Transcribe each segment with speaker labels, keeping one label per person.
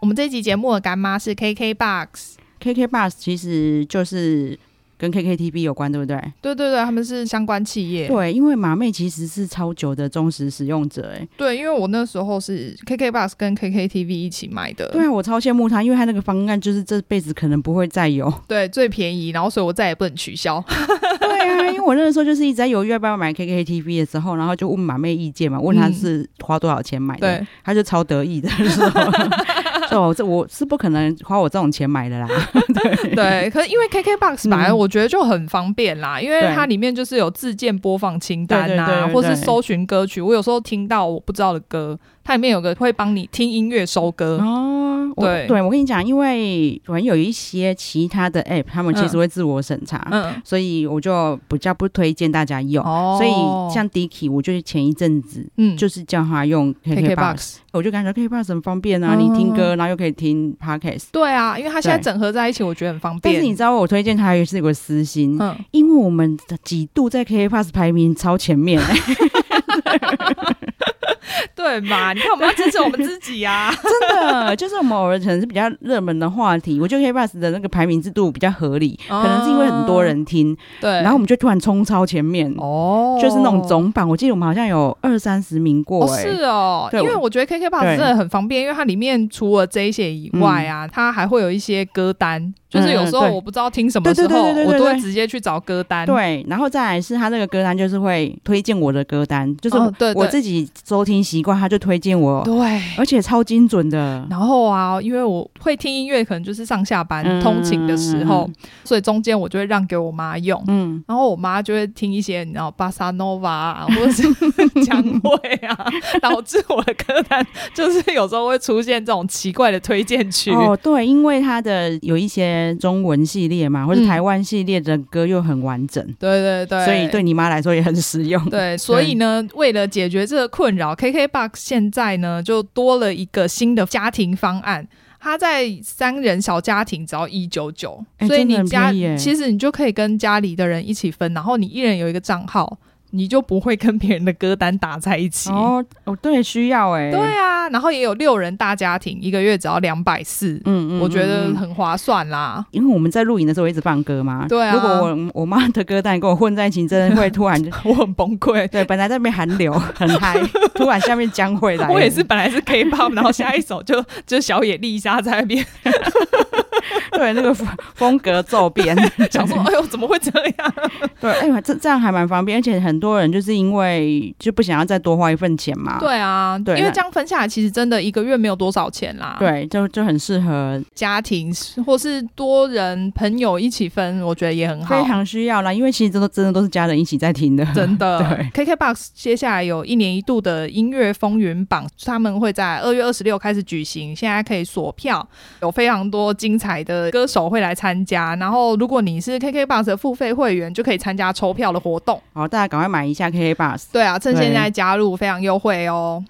Speaker 1: 我们这集节目的干妈是 KKBOX，
Speaker 2: KK Bus 其实就是跟 KKTV 有关，对不对？
Speaker 1: 对对对，他们是相关企业。
Speaker 2: 对，因为马妹其实是超久的忠实使用者，哎，
Speaker 1: 对因为我那时候是 KKBOX 跟 KKTV 一起买的，
Speaker 2: 对啊，我超羡慕她，因为她那个方案就是这辈子可能不会再有。
Speaker 1: 对最便宜，然后所以我再也不能取消。
Speaker 2: 对啊，因为我那个时候就是一直在犹豫要不要买 KKTV 的时候，然后就问马妹意见嘛，问她是花多少钱买的，
Speaker 1: 对，
Speaker 2: 她就超得意的说：“说我这我是不可能花我这种钱买的啦。
Speaker 1: 对，可是因为 KKBOX
Speaker 2: 嗯
Speaker 1: 本来我觉得就很方便啦，因为
Speaker 2: 对
Speaker 1: 它里面就是有自建播放清单啊，
Speaker 2: 对对对对
Speaker 1: 或是搜寻歌曲。我有时候听到我不知道的歌，它里面有个会帮你听音乐收”歌。
Speaker 2: 哦，我
Speaker 1: 对
Speaker 2: 对我跟你讲，因为可能有一些其他的 app，他们其实会自我审查，
Speaker 1: 嗯，
Speaker 2: 所以我就比较不推荐大家用。
Speaker 1: 哦
Speaker 2: 所以像 Dicky，我就是前一阵子
Speaker 1: 嗯
Speaker 2: 就是叫他用 KKBox，
Speaker 1: KKBox。
Speaker 2: 我就感觉 KKBox 很方便啊，
Speaker 1: 嗯
Speaker 2: 你听歌然后又可以听 Podcast。
Speaker 1: 对啊，因为它现在
Speaker 2: 对
Speaker 1: 整合在一起，我觉得很方
Speaker 2: 但
Speaker 1: 便。
Speaker 2: 是你知道我推荐他也是有个私心，
Speaker 1: 嗯，
Speaker 2: 因为我们几度在 KKBox 排名超 前面、
Speaker 1: 对嘛？你看我们要支持我们自己啊。
Speaker 2: 真的，就是我们偶尔可能是比较热门的话题，我觉得 KKBox 的那个排名制度比较合理，
Speaker 1: 哦
Speaker 2: 可能是因为很多人听，
Speaker 1: 对，
Speaker 2: 然后我们就突然冲超前面，
Speaker 1: 哦，
Speaker 2: 就是那种总榜，我记得我们好像有二三十名过、
Speaker 1: 哦，
Speaker 2: 欸，
Speaker 1: 是哦，
Speaker 2: 对
Speaker 1: 因为
Speaker 2: 我
Speaker 1: 我觉得 KKBox
Speaker 2: 对嗯
Speaker 1: 真的很方便，因为它里面除了这一些以外啊，它还会有一些歌单，就是有时候
Speaker 2: 嗯嗯对
Speaker 1: 我不知道听什么时
Speaker 2: 对
Speaker 1: 候
Speaker 2: 对对，对对
Speaker 1: 我
Speaker 2: 对
Speaker 1: 都会直接去找歌单。
Speaker 2: 对，然后再来是他那个歌单，就是会推荐我的歌单，就是
Speaker 1: 哦对对
Speaker 2: 我自己收听习惯，他就推荐我，
Speaker 1: 对。
Speaker 2: 而且超精准的。
Speaker 1: 然后啊，因为我会听音乐，可能就是上下班、
Speaker 2: 嗯
Speaker 1: 通勤的时候，所以中间我就会让给我妈用，
Speaker 2: 嗯，
Speaker 1: 然后我妈就会听一些你知道巴萨诺瓦啊，或者是江蕙 啊，导致我的歌单就是有时候会出现这种奇怪的推荐曲。
Speaker 2: 哦，对，因为他的有一些中文系列嘛，或者
Speaker 1: 嗯
Speaker 2: 台湾系列的歌又很完整，
Speaker 1: 对对对，
Speaker 2: 所以对你妈来说也很实用。
Speaker 1: 对，所以呢，为了解决这个困扰，KKBOX 现在呢就多了一个新的家庭方案。它在三人小家庭只要一九九，
Speaker 2: 哎
Speaker 1: 所以你
Speaker 2: 真的
Speaker 1: 家
Speaker 2: 很便宜耶
Speaker 1: 其实你就可以跟家里的人一起分，然后你一人有一个账号，你就不会跟别人的歌单打在一起。
Speaker 2: 哦，哦，对，需要哎、
Speaker 1: 对啊，然后也有六人大家庭，一个月只要两百四，
Speaker 2: 嗯，嗯嗯，
Speaker 1: 我觉得
Speaker 2: 嗯。
Speaker 1: 很划算啦。
Speaker 2: 因为我们在录影的时候我一直放歌嘛，
Speaker 1: 对啊
Speaker 2: 如果我我妈的歌单跟我混在一起，真的会 突然就，
Speaker 1: 我很崩溃
Speaker 2: 对，本来在那边寒流很嗨，突然下面将会来 了，
Speaker 1: 我也是本来是 K-pop，然后下一首就就小野丽莎在那边
Speaker 2: 对那个风风格骤变，
Speaker 1: 想说，哎呦，怎么会这 样？
Speaker 2: 对，哎、呦，这这样还蛮方便，而且很多人就是因为就不想要再多花一份钱嘛，
Speaker 1: 对啊，
Speaker 2: 对
Speaker 1: 因为
Speaker 2: 那
Speaker 1: 这样分下来，其实真的一个月没有多少钱啦。，
Speaker 2: 对，就就很适合，
Speaker 1: 家庭或是多人朋友一起分，我觉得也很好
Speaker 2: 非。常需要啦，因为其实这都真的都是家人一起在听的，
Speaker 1: 真的
Speaker 2: 对
Speaker 1: ，KKBOX 接下来有一年一度的音乐风云榜，他们会在二月二十六开始举行，现在可以锁票，有非常多精彩的歌手会来参加。然后，如果你是 KKBOX 的付费会员，就可以参加抽票的活动。
Speaker 2: 好，大家赶快买一下 KK Bus。
Speaker 1: 对啊，趁
Speaker 2: 对
Speaker 1: 现在加入非常优惠哦。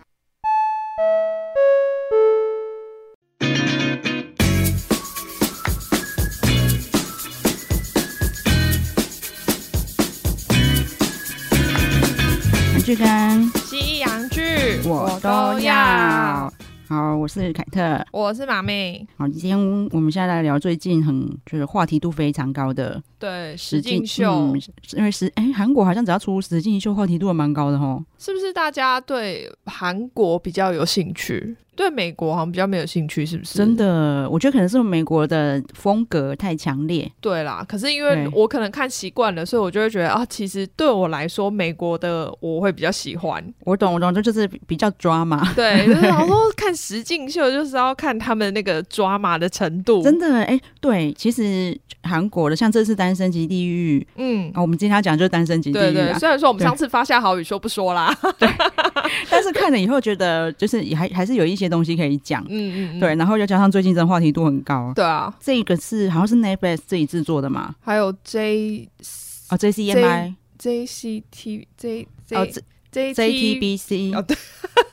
Speaker 2: 韩剧 跟
Speaker 1: 西洋剧
Speaker 2: 我都要。。好，我是凯特。
Speaker 1: 我是马妹，
Speaker 2: 好，今天我们现在来聊最近很就是话题度非常高的
Speaker 1: 对，
Speaker 2: 实
Speaker 1: 石
Speaker 2: 境
Speaker 1: 进秀、
Speaker 2: 嗯因为实哎，韩国好像只要出实境秀，话题度还蛮高的吼。
Speaker 1: 是不是大家对韩国比较有兴趣？对美国好像比较没有兴趣，是不是？
Speaker 2: 真的，我觉得可能是美国的风格太强烈。
Speaker 1: 对啦。可是因为
Speaker 2: 对
Speaker 1: 我可能看习惯了，所以我就会觉得啊，其实对我来说，美国的我会比较喜 欢。
Speaker 2: 我懂，我懂，这就是比较抓嘛。
Speaker 1: 对，就是好像说看实境秀，就是要看他们那个抓马的程度。
Speaker 2: 真的，哎、对，其实韩国的像这次《单身级地狱》
Speaker 1: 嗯。
Speaker 2: 啊，我们今天要讲就是《单身级地
Speaker 1: 对
Speaker 2: 狱》
Speaker 1: 对，
Speaker 2: 啊，
Speaker 1: 虽然说我们
Speaker 2: 对
Speaker 1: 上次发下好语说不说啦，
Speaker 2: 但是看了以后觉得就是也还还 是有一些东西可以讲。
Speaker 1: 嗯嗯嗯，
Speaker 2: 对，然后又加上最近真的话题度很高。
Speaker 1: 对啊，
Speaker 2: 这个是好像是 Netflix 自己制作的嘛？
Speaker 1: 还有 J
Speaker 2: 哦，JCMI，
Speaker 1: J C T J
Speaker 2: 哦
Speaker 1: J J
Speaker 2: ，JTBC，
Speaker 1: 哦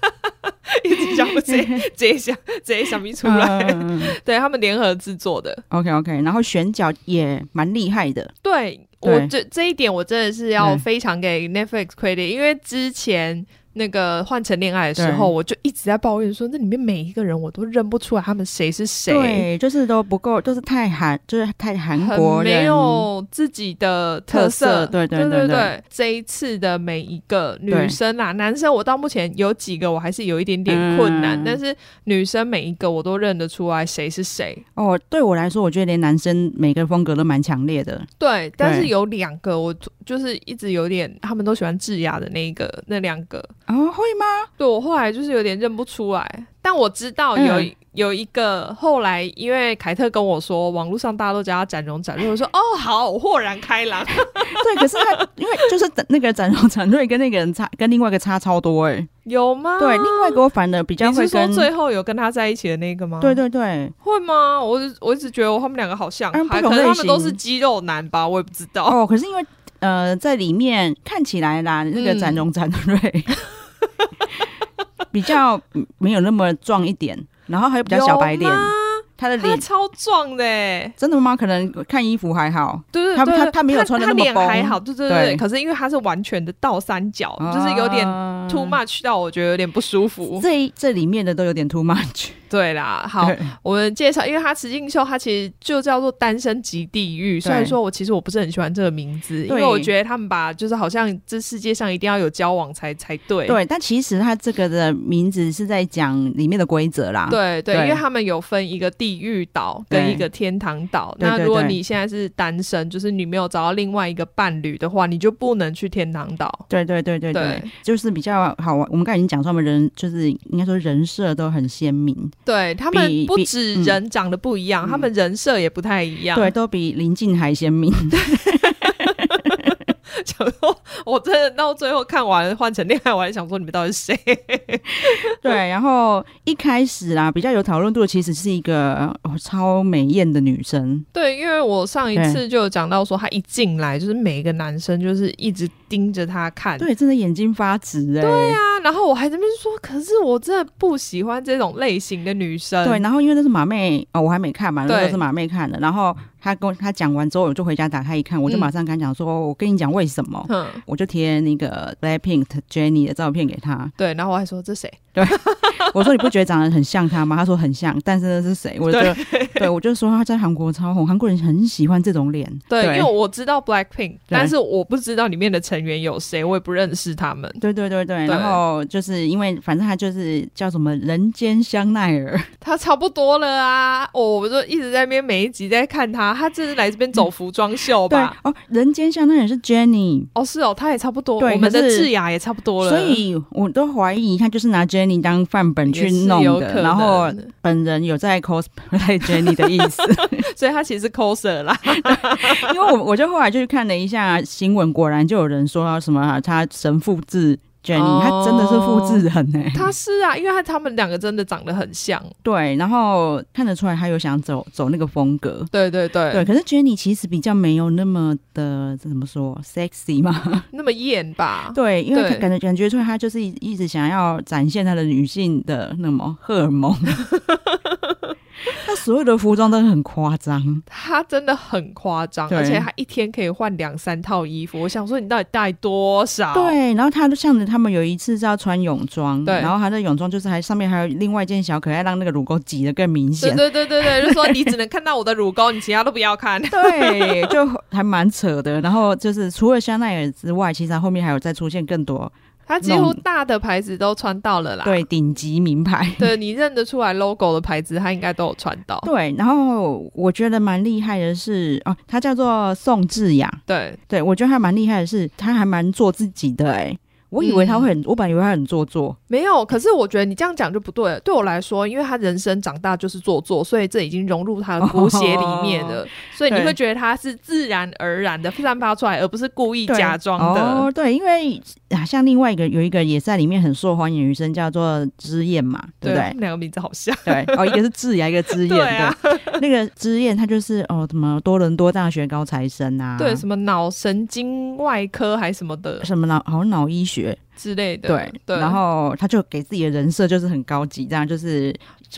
Speaker 1: 一直想不接 接想接想不出
Speaker 2: 嗯
Speaker 1: 来。对他们联合制作的，
Speaker 2: OK OK，然后选角也蛮厉害的，
Speaker 1: 对
Speaker 2: 对嗯
Speaker 1: 我这这一点我真的是要
Speaker 2: 对
Speaker 1: 非常给 Netflix credit，因为之前那个换成恋爱的时候，
Speaker 2: 对
Speaker 1: 我就一直在抱怨说，那里面每一个人我都认不出来他们谁是谁，
Speaker 2: 对，就是都不够，就是太韩，就是太韩
Speaker 1: 很
Speaker 2: 国人
Speaker 1: 没有自己的
Speaker 2: 特
Speaker 1: 色。
Speaker 2: 色，对对
Speaker 1: 对
Speaker 2: 对
Speaker 1: 对，这一次的每一个女
Speaker 2: 对
Speaker 1: 生啦，男生我到目前有几个我还是有一点点困难，
Speaker 2: 嗯
Speaker 1: 但是女生每一个我都认得出来谁是谁。
Speaker 2: 哦，对我来说，我觉得连男生每个风格都蛮强烈的。
Speaker 1: 对，但是有两个我就是一直有点，他们都喜欢智雅的那一个那两个，
Speaker 2: 哦，会吗？
Speaker 1: 对我后来就是有点认不出来，但我知道有、
Speaker 2: 嗯
Speaker 1: 有一个后来，因为凯特跟我说，网络上大家都叫他展荣展瑞，我说哦好，我豁然开朗，
Speaker 2: 对，可是他因为就是那个展荣展瑞跟那个人差，跟另外一个差超多哎、
Speaker 1: 有吗？
Speaker 2: 对，另外一个我反而比较
Speaker 1: 你
Speaker 2: 会
Speaker 1: 是说
Speaker 2: 跟，
Speaker 1: 最后有跟他在一起的那个吗？
Speaker 2: 对，对对，
Speaker 1: 会吗？我只我一直觉得他们两个好像，
Speaker 2: 嗯不
Speaker 1: 还可
Speaker 2: 同
Speaker 1: 能
Speaker 2: 类
Speaker 1: 他们都是
Speaker 2: 型
Speaker 1: 肌肉男吧，我也不知道。
Speaker 2: 哦，可是因为呃，在里面看起来啦，那
Speaker 1: 嗯
Speaker 2: 个展荣展瑞、比较嗯没有那么壮一点，然后还有比较小白
Speaker 1: 有，
Speaker 2: 脸
Speaker 1: 吗
Speaker 2: 他的
Speaker 1: 他
Speaker 2: 脸
Speaker 1: 超壮的欸，
Speaker 2: 真的吗？可能看衣服还好，
Speaker 1: 对对，
Speaker 2: 他
Speaker 1: 对
Speaker 2: 他
Speaker 1: 对
Speaker 2: 他没有穿得那么
Speaker 1: 他脸还
Speaker 2: 绷
Speaker 1: 好，对对对。
Speaker 2: 对
Speaker 1: 可是因为他是完全的倒三角，哦就是有点 too
Speaker 2: 啊
Speaker 1: much 到我觉得有点不舒服。
Speaker 2: 这一这里面的都有点 too much。
Speaker 1: 对啦，好
Speaker 2: 对，
Speaker 1: 我们介绍，因为他池敬秀，他其实就叫做单身即地狱。虽然说我其实我不是很喜欢这个名字，因为
Speaker 2: 对
Speaker 1: 我觉得他们把就是好像这世界上一定要有交往才才对。
Speaker 2: 对，但其实它这个的名字是在讲里面的规则啦。
Speaker 1: 对对，
Speaker 2: 对
Speaker 1: 因为他们有分一个地狱岛跟
Speaker 2: 对
Speaker 1: 一个天堂岛。
Speaker 2: 对
Speaker 1: 那
Speaker 2: 对
Speaker 1: 如果
Speaker 2: 对
Speaker 1: 你现在是单身，就是你没有找到另外一个伴侣的话，你就不能去天堂岛。
Speaker 2: 对对对对对
Speaker 1: 对，
Speaker 2: 就是比较好玩。我们刚才已经讲说，他们人就是应该说人设都很鲜明，
Speaker 1: 对他们
Speaker 2: 比
Speaker 1: 不
Speaker 2: 比
Speaker 1: 止
Speaker 2: 嗯
Speaker 1: 人长得不一样，他们人设也不太一样。
Speaker 2: 对，，都比林静还鲜明。
Speaker 1: 想说我真的到最后看完换成恋爱，我还想说你们到底是谁？
Speaker 2: 对，然后一开始啦，比较有讨论度的其实是一个、哦超美艳的女生，
Speaker 1: 对，因为我上一次就有讲到说，他一进来就是每一个男生就是一直盯着他看。
Speaker 2: 对，真的眼睛发直哎、对呀、
Speaker 1: 啊，然后我还在那边说，可是我真的不喜欢这种类型的女生。
Speaker 2: 对，然后因为那是马妹哦，我还没看嘛，那
Speaker 1: 对
Speaker 2: 都是马妹看的。然后她跟我她讲完之后，我就回家打开一看，我就
Speaker 1: 嗯
Speaker 2: 马上跟她讲说，我跟你讲为什么，
Speaker 1: 哼，
Speaker 2: 我就贴那个 Blackpink Jennie 的照片给他，
Speaker 1: 对，然后我还说这谁？
Speaker 2: 我说你不觉得长得很像他吗？他说很像，但是那是谁？我就
Speaker 1: 对
Speaker 2: 对我就说他在韩国超红，韩国人很喜欢这种脸。
Speaker 1: 对，因为
Speaker 2: 对
Speaker 1: 我知道 Blackpink，但是我不知道里面的成员有谁，我也不认识他们。
Speaker 2: 对对对对，
Speaker 1: 对
Speaker 2: 然后就是因为反正他就是叫什么人间香奈儿，
Speaker 1: 他差不多了啊，哦，我就一直在那边每一集在看他，他这是来这边走服装秀
Speaker 2: 对
Speaker 1: 吧？
Speaker 2: 哦，人间香奈儿是 Jenny，
Speaker 1: 哦，是哦，他也差不多，
Speaker 2: 对
Speaker 1: 我们的
Speaker 2: 可是
Speaker 1: 智雅也差不多了，
Speaker 2: 所以我都怀疑他就是拿 Jenny 当范本
Speaker 1: 也
Speaker 2: 去
Speaker 1: 是
Speaker 2: 弄
Speaker 1: 有可
Speaker 2: 的，
Speaker 1: 能
Speaker 2: 然后本人有在 cosplay Jenny 的意思，
Speaker 1: 所以他其实是 coser 啦，
Speaker 2: 因为我我就后来就去看了一下新闻，果然就有人说什么他神复制 Jenny，、
Speaker 1: 哦
Speaker 2: 他真的是复制人欸呢、
Speaker 1: 他是啊，因为他他们两个真的长得很像，
Speaker 2: 对，然后看得出来他有想走走那个风格。
Speaker 1: 对对对，
Speaker 2: 对，可是 Jenny 其实比较没有那么的这怎么说 sexy 嘛？
Speaker 1: 那么艳吧？
Speaker 2: 对，因为
Speaker 1: 哦对
Speaker 2: 她感觉感觉出来，她就是一一直想要展现她的女性的那么荷 尔蒙。她所有的服装都很夸张，
Speaker 1: 他真的很夸张，
Speaker 2: 对
Speaker 1: 而且他一天可以换两三套衣服，我想说你到底带多少？
Speaker 2: 对，然后他就向着他们有一次是要穿泳装，
Speaker 1: 对
Speaker 2: 然后他的泳装就是还上面还有另外一件小可爱，让那个乳沟挤得更明 显。
Speaker 1: 对对对对对，就说你只能看到我的乳沟，你其他都不要看。
Speaker 2: 对，就还蛮扯的。然后就是除了香奈儿之外，其实它后面还有再出现更多
Speaker 1: 他几乎大的牌子都穿到了啦。
Speaker 2: 对顶级名牌。
Speaker 1: 对，你认得出来 logo 的牌子，他应该都有穿到。
Speaker 2: 对，然后我觉得蛮厉害的是哦，她叫做宋智雅。
Speaker 1: 对，
Speaker 2: 对我觉得她蛮厉害的是，她还蛮做自己的哎、我以为她会很，我本来以为她很做作。
Speaker 1: 没有。可是我觉得你这样讲就不对了。对我来说，因为他人生长大就是做作，所以这已经融入他的骨血里面了。所以你
Speaker 2: 对
Speaker 1: 会觉得他是自然而然的散发出来，而不是故意
Speaker 2: 对
Speaker 1: 假装的。
Speaker 2: 哦，对，因为啊，像另外一个有一个也在里面很受欢迎的女生叫做知燕嘛，对
Speaker 1: 对，
Speaker 2: 不
Speaker 1: 他
Speaker 2: 对？
Speaker 1: 们两个名字好像。
Speaker 2: 对，哦，一个是智雅，一个 知燕，
Speaker 1: 对啊
Speaker 2: 对那个知燕她就是哦，什么多伦多大学高材生啊，
Speaker 1: 对，什么脑神经外科还什么的，
Speaker 2: 什么脑好像脑医学，
Speaker 1: 之类的。
Speaker 2: 对，
Speaker 1: 对，
Speaker 2: 然后他就给自己的人设就是很高级，这样就是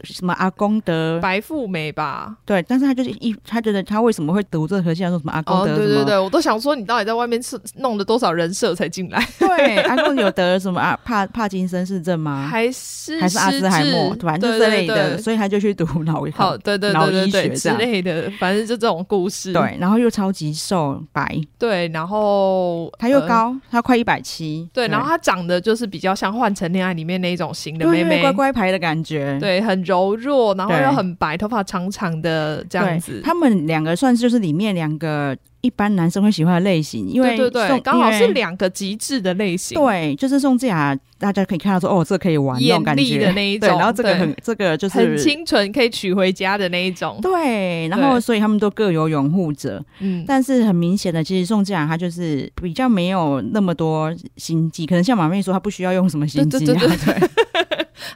Speaker 2: 什么阿公的，
Speaker 1: 白富美吧。
Speaker 2: 对，但是他就是一，他觉得他为什么会读这个核心来说什么阿公
Speaker 1: 哦，
Speaker 2: 得
Speaker 1: 对
Speaker 2: 什么、
Speaker 1: 对对，我都想说你到底在外面是弄了多少人设才进来，
Speaker 2: 对，阿公有得什么啊帕帕金森氏症吗？
Speaker 1: 还是
Speaker 2: 啊还是阿兹海默，
Speaker 1: 失智
Speaker 2: 反正就这类的，
Speaker 1: 对对对
Speaker 2: 所以他就去读脑
Speaker 1: 好，对对
Speaker 2: 脑
Speaker 1: 对对
Speaker 2: 医
Speaker 1: 对
Speaker 2: 学这
Speaker 1: 之
Speaker 2: 样
Speaker 1: 类的，反正就这种故事。
Speaker 2: 对，然后又超级瘦白，
Speaker 1: 对，然后
Speaker 2: 他又
Speaker 1: 呃
Speaker 2: 高，他快一百七，
Speaker 1: 对，然后她长得就是比较像《换乘恋爱》里面那一种型的
Speaker 2: 对
Speaker 1: 妹妹，
Speaker 2: 乖乖牌的感觉，
Speaker 1: 对，很柔弱，然后
Speaker 2: 对
Speaker 1: 又很白，头发长长的这
Speaker 2: 对，
Speaker 1: 样子。
Speaker 2: 他们两个算是就是里面两个一般男生会喜欢的类型，因为
Speaker 1: 对对对，
Speaker 2: 宋
Speaker 1: 刚好是
Speaker 2: 因为
Speaker 1: 两个极致的类型，
Speaker 2: 对，就是宋智雅，大家可以看到说哦，这可以玩那种
Speaker 1: 艳
Speaker 2: 感
Speaker 1: 丽
Speaker 2: 觉
Speaker 1: 的那一
Speaker 2: 对，
Speaker 1: 种，
Speaker 2: 然后这个
Speaker 1: 对
Speaker 2: 很这个就是
Speaker 1: 很清纯，可以娶回家的那一种。
Speaker 2: 对，然后
Speaker 1: 对
Speaker 2: 所以他们都各有拥护者，
Speaker 1: 嗯，
Speaker 2: 但是很明显的，其实宋智雅她就是比较没有那么多心机，可能像马妹说，她不需要用什么心机啊，
Speaker 1: 对对对
Speaker 2: 对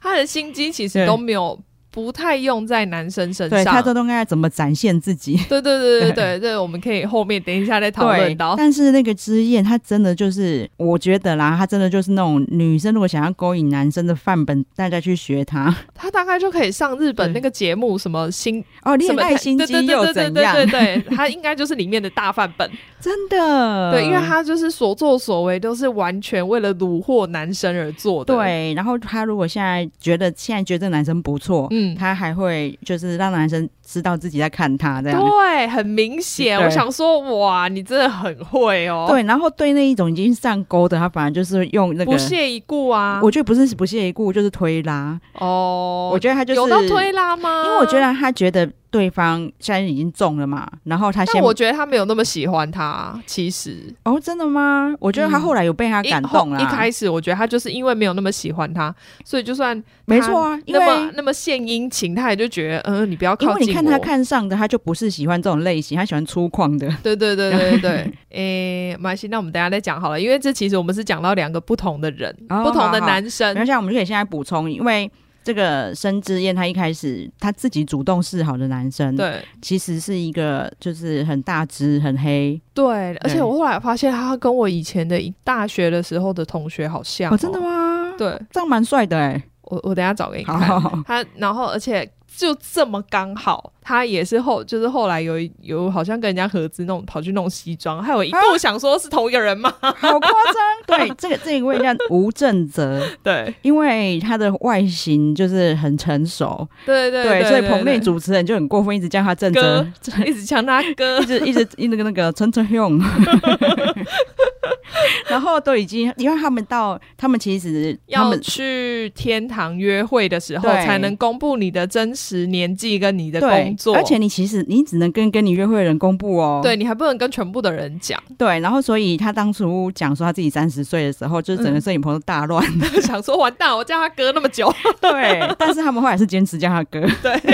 Speaker 1: 她的心机其实
Speaker 2: 对
Speaker 1: 都没有。不太用在男生身
Speaker 2: 对，她
Speaker 1: 上，
Speaker 2: 都应该怎么展现自己。
Speaker 1: 对对对对 对对，我们可以后面等一下再讨
Speaker 2: 对
Speaker 1: 论到，。
Speaker 2: 但是那个之燕，她真的就是，我觉得啦，她真的就是那种女生如果想要勾引男生的范本，大家去学她。
Speaker 1: 他大概就可以上日本
Speaker 2: 对
Speaker 1: 那个节目，什么新
Speaker 2: 哦，
Speaker 1: 什
Speaker 2: 恋
Speaker 1: 么
Speaker 2: 爱心
Speaker 1: 对对
Speaker 2: 机
Speaker 1: 对
Speaker 2: 又
Speaker 1: 对对
Speaker 2: 怎
Speaker 1: 对
Speaker 2: 样？
Speaker 1: 对对，对他应该就是里面的大范 本。
Speaker 2: 真的，
Speaker 1: 对，因为他就是所作所为都是完全为了虏获男生而做的。，
Speaker 2: 对，然后她如果现在觉得现在觉得这个男生不错，
Speaker 1: 嗯，
Speaker 2: 她还会就是让男生知道自己在看他这样。
Speaker 1: 对，很明显。
Speaker 2: 啊对
Speaker 1: 我想说，哇，你真的很会哦，，
Speaker 2: 对，然后对那一种已经上钩的，他反而就是用那个
Speaker 1: 不屑一顾啊。
Speaker 2: 我觉得不是不屑一顾，就是推拉。
Speaker 1: 哦，
Speaker 2: 我觉得他就是
Speaker 1: 有到推，拉吗？
Speaker 2: 因为我觉，得他觉得对方现在已经中了嘛，然后他先
Speaker 1: 但我觉得他没有那么喜欢他。其实
Speaker 2: 哦，真的吗？我觉得他
Speaker 1: 嗯
Speaker 2: 后来有被他
Speaker 1: 一哦
Speaker 2: 感动啦，
Speaker 1: 一开始我觉得他就是因为没有那么喜欢他，所以就算
Speaker 2: 没错啊，因
Speaker 1: 那
Speaker 2: 为
Speaker 1: 么那么献殷勤，他也就觉得，嗯，你不要
Speaker 2: 因
Speaker 1: 靠
Speaker 2: 为
Speaker 1: 近
Speaker 2: 你看他
Speaker 1: 我
Speaker 2: 看上的，他就不是喜欢这种类型，他喜欢粗犷的。
Speaker 1: 对对对对对对， 诶、马来西亚，那我们等一下再讲好了，因为这其实我们是讲到两个不同的人，
Speaker 2: 哦
Speaker 1: 不同的
Speaker 2: 好好
Speaker 1: 男生
Speaker 2: 然后，现在我们就可以现在补充，因为这个申之燕他一开始他自己主动示好嗯的男生，，
Speaker 1: 对
Speaker 2: 其实是一个就是很大只、很黑
Speaker 1: 对，而且我后来发现他跟我以前的一大学的时候的同学好像、
Speaker 2: 哦，真的？吗？
Speaker 1: 对，
Speaker 2: 这样蛮帅的哎、
Speaker 1: 我我等一下找给你
Speaker 2: 好
Speaker 1: 看，他，然后而且。就这么刚好，他也是后，就是后来有一有好像跟人家合资弄，跑去弄西装，害我一
Speaker 2: 啊
Speaker 1: 度想说是同一个人 吗？
Speaker 2: 好夸张。对，这个这一位叫吴正泽，
Speaker 1: 对
Speaker 2: 因为他的外形就是很成熟，
Speaker 1: 对对
Speaker 2: 对，所以棚内
Speaker 1: 对
Speaker 2: 主持人就很过分，一直叫他正泽
Speaker 1: 哥， 一直呛他哥
Speaker 2: 一，直 一直一那个那个陈哲勇。 然后都已经，因为他们到他们其实他
Speaker 1: 要
Speaker 2: 们
Speaker 1: 去天堂约会的时候，
Speaker 2: 对
Speaker 1: 才能公布你的真实年纪跟你的工
Speaker 2: 对，
Speaker 1: 作，
Speaker 2: 而且你其实你只能跟跟你约会的人公布哦。
Speaker 1: 对你还不能跟全部的人讲，
Speaker 2: 对，然后所以他当初讲说他自己三十岁的时候，就是整
Speaker 1: 嗯
Speaker 2: 个摄影棚都大 乱。
Speaker 1: 想说完蛋，我叫他哥那么 久，
Speaker 2: 对，但是他们后来是坚持叫他哥。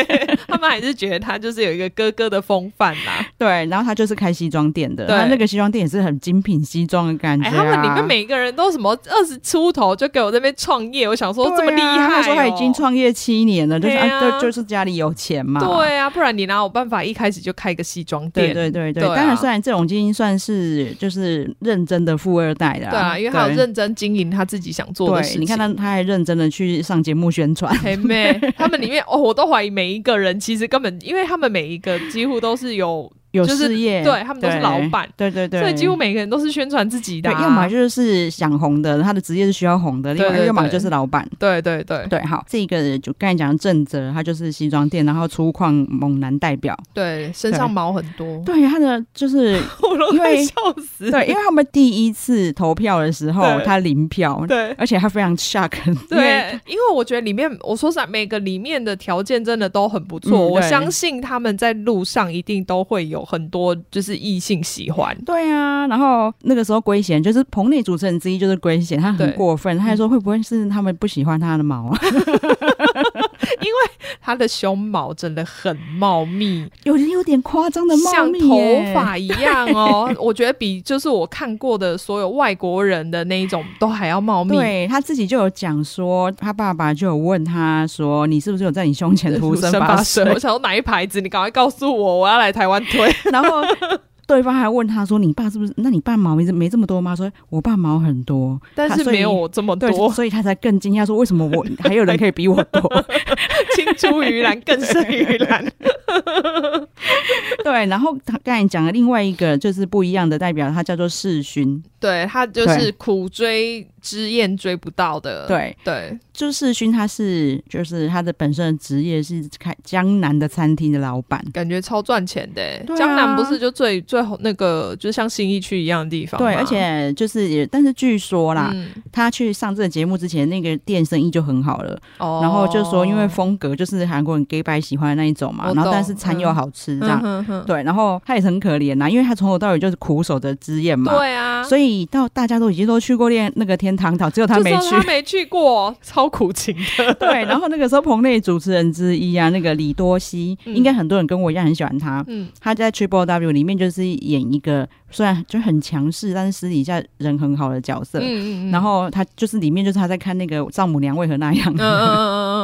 Speaker 1: 他们还是觉得他就是有一个哥哥的风范啦。
Speaker 2: 对，然后他就是开西装店的，
Speaker 1: 对
Speaker 2: 他那个西装店也是很精品西装的感觉、
Speaker 1: 哎，
Speaker 2: 啊
Speaker 1: 他们里面每一个人都什么二十出头就给我这边创业，我想说这么厉
Speaker 2: 对
Speaker 1: 害、
Speaker 2: 啊他
Speaker 1: 哦，
Speaker 2: 说他已经。创业七年了，就是
Speaker 1: 对啊
Speaker 2: 啊，就就是家里有钱嘛。
Speaker 1: 对啊，不然你哪有办法一开始就开一个西装
Speaker 2: 对
Speaker 1: 店？
Speaker 2: 对对对，
Speaker 1: 对啊
Speaker 2: 当然，虽然这种已经算是就是认真的富二代了，
Speaker 1: 对啊，因为他有
Speaker 2: 对
Speaker 1: 认真经营他自己想做的事
Speaker 2: 对，
Speaker 1: 情。
Speaker 2: 你看他他还认真的去上节目宣传，
Speaker 1: 嘿妹， 他们里面哦，我都怀疑每一个人其实根本，因为他们每一个几乎都是有，
Speaker 2: 有
Speaker 1: 就是
Speaker 2: 事业，
Speaker 1: 对他们都是老板，
Speaker 2: 对对对，
Speaker 1: 所以几乎每个人都是宣传自己的
Speaker 2: 对，
Speaker 1: 啊、
Speaker 2: 要么就是想红的，他的职业是需要红的，另
Speaker 1: 对
Speaker 2: 外
Speaker 1: 对
Speaker 2: 要么
Speaker 1: 对
Speaker 2: 就是老板。
Speaker 1: 对对对
Speaker 2: 对，好，这个就刚才讲的正则，他就是西装店，然后粗犷猛男代表。
Speaker 1: 对，身上毛很多，
Speaker 2: 对，他的就 是
Speaker 1: 我都
Speaker 2: 因
Speaker 1: 快
Speaker 2: 为
Speaker 1: 笑死。
Speaker 2: 对，因为他们第一次投票的时候
Speaker 1: 对，
Speaker 2: 他零票，
Speaker 1: 对
Speaker 2: 而且他非常 shock，因为
Speaker 1: 对，因为我觉得里面，我说实在，每个里面的条件真的都很不错，
Speaker 2: 嗯
Speaker 1: 我
Speaker 2: 对
Speaker 1: 相信他们在路上一定都会有很多就是异性喜欢。
Speaker 2: 对啊，然后那个时候龟贤就是棚内主持人之一，就是龟贤，他很
Speaker 1: 对嗯
Speaker 2: 过分，他还说会不会是他们不喜欢他的毛啊？
Speaker 1: 他的胸毛真的很茂密，
Speaker 2: 有 点有点夸张的茂
Speaker 1: 像
Speaker 2: 密
Speaker 1: 头
Speaker 2: 耶，
Speaker 1: 发一样哦。我觉得比就是我看过的所有外国人的那一种都还要茂密。
Speaker 2: 对他自己就有讲说，他爸爸就有问他说，你是不是有在你 胸前涂生发水
Speaker 1: 我？想说哪一牌子？你赶快告诉我，我要来台湾推。
Speaker 2: 然后对方还问他说：“你爸是不是？那你爸毛没这没这么多吗？”说：“我爸毛很多。
Speaker 1: 但
Speaker 2: 他
Speaker 1: 是
Speaker 2: 所以
Speaker 1: 没有我这么
Speaker 2: 对，
Speaker 1: 多，
Speaker 2: 所以他才更惊讶说：“为什么 我还有人可以比我多
Speaker 1: 青 出于蓝更胜于蓝。？”
Speaker 2: 对，然后他刚才讲的另外一个就是不一样的代表，他叫做世勋。
Speaker 1: 对他就是苦追之燕追不到的，
Speaker 2: 对，
Speaker 1: 对
Speaker 2: 就世勋他是就是他的本身的职业是开江南的餐厅的老板。
Speaker 1: 感觉超赚钱的欸、
Speaker 2: 对啊
Speaker 1: 江南不是就最最红那个，就是像新一区一样的地方吗，
Speaker 2: 对，而且就是也，但是据说啦，
Speaker 1: 嗯
Speaker 2: 他去上这个节目之前，那个店生意就很好了。
Speaker 1: 哦，
Speaker 2: 然后就说，因为风格就是韩国人 gay 白喜欢的那一种嘛
Speaker 1: 我，懂
Speaker 2: 然后但是餐又好吃这样
Speaker 1: 嗯，哼哼
Speaker 2: 对，然后他也是很可怜呐、因为他从头到尾就是苦守着之宴嘛，
Speaker 1: 对啊，
Speaker 2: 所以到大家都已经都去过练那个天堂岛，只有他
Speaker 1: 就
Speaker 2: 没
Speaker 1: 说
Speaker 2: 去
Speaker 1: 他。没去过，超苦情的。
Speaker 2: 对，然后那个时候棚内主持人之一啊，那个李多熙，
Speaker 1: 嗯
Speaker 2: 应该很多人跟我一样很喜欢他。
Speaker 1: 嗯，
Speaker 2: 他在 Triple W 里面就是演一个虽然就很强势，但是私底下人很好的角色。
Speaker 1: 嗯
Speaker 2: 然后他就是里面就是他在看那个丈母娘为何那样，
Speaker 1: 嗯嗯嗯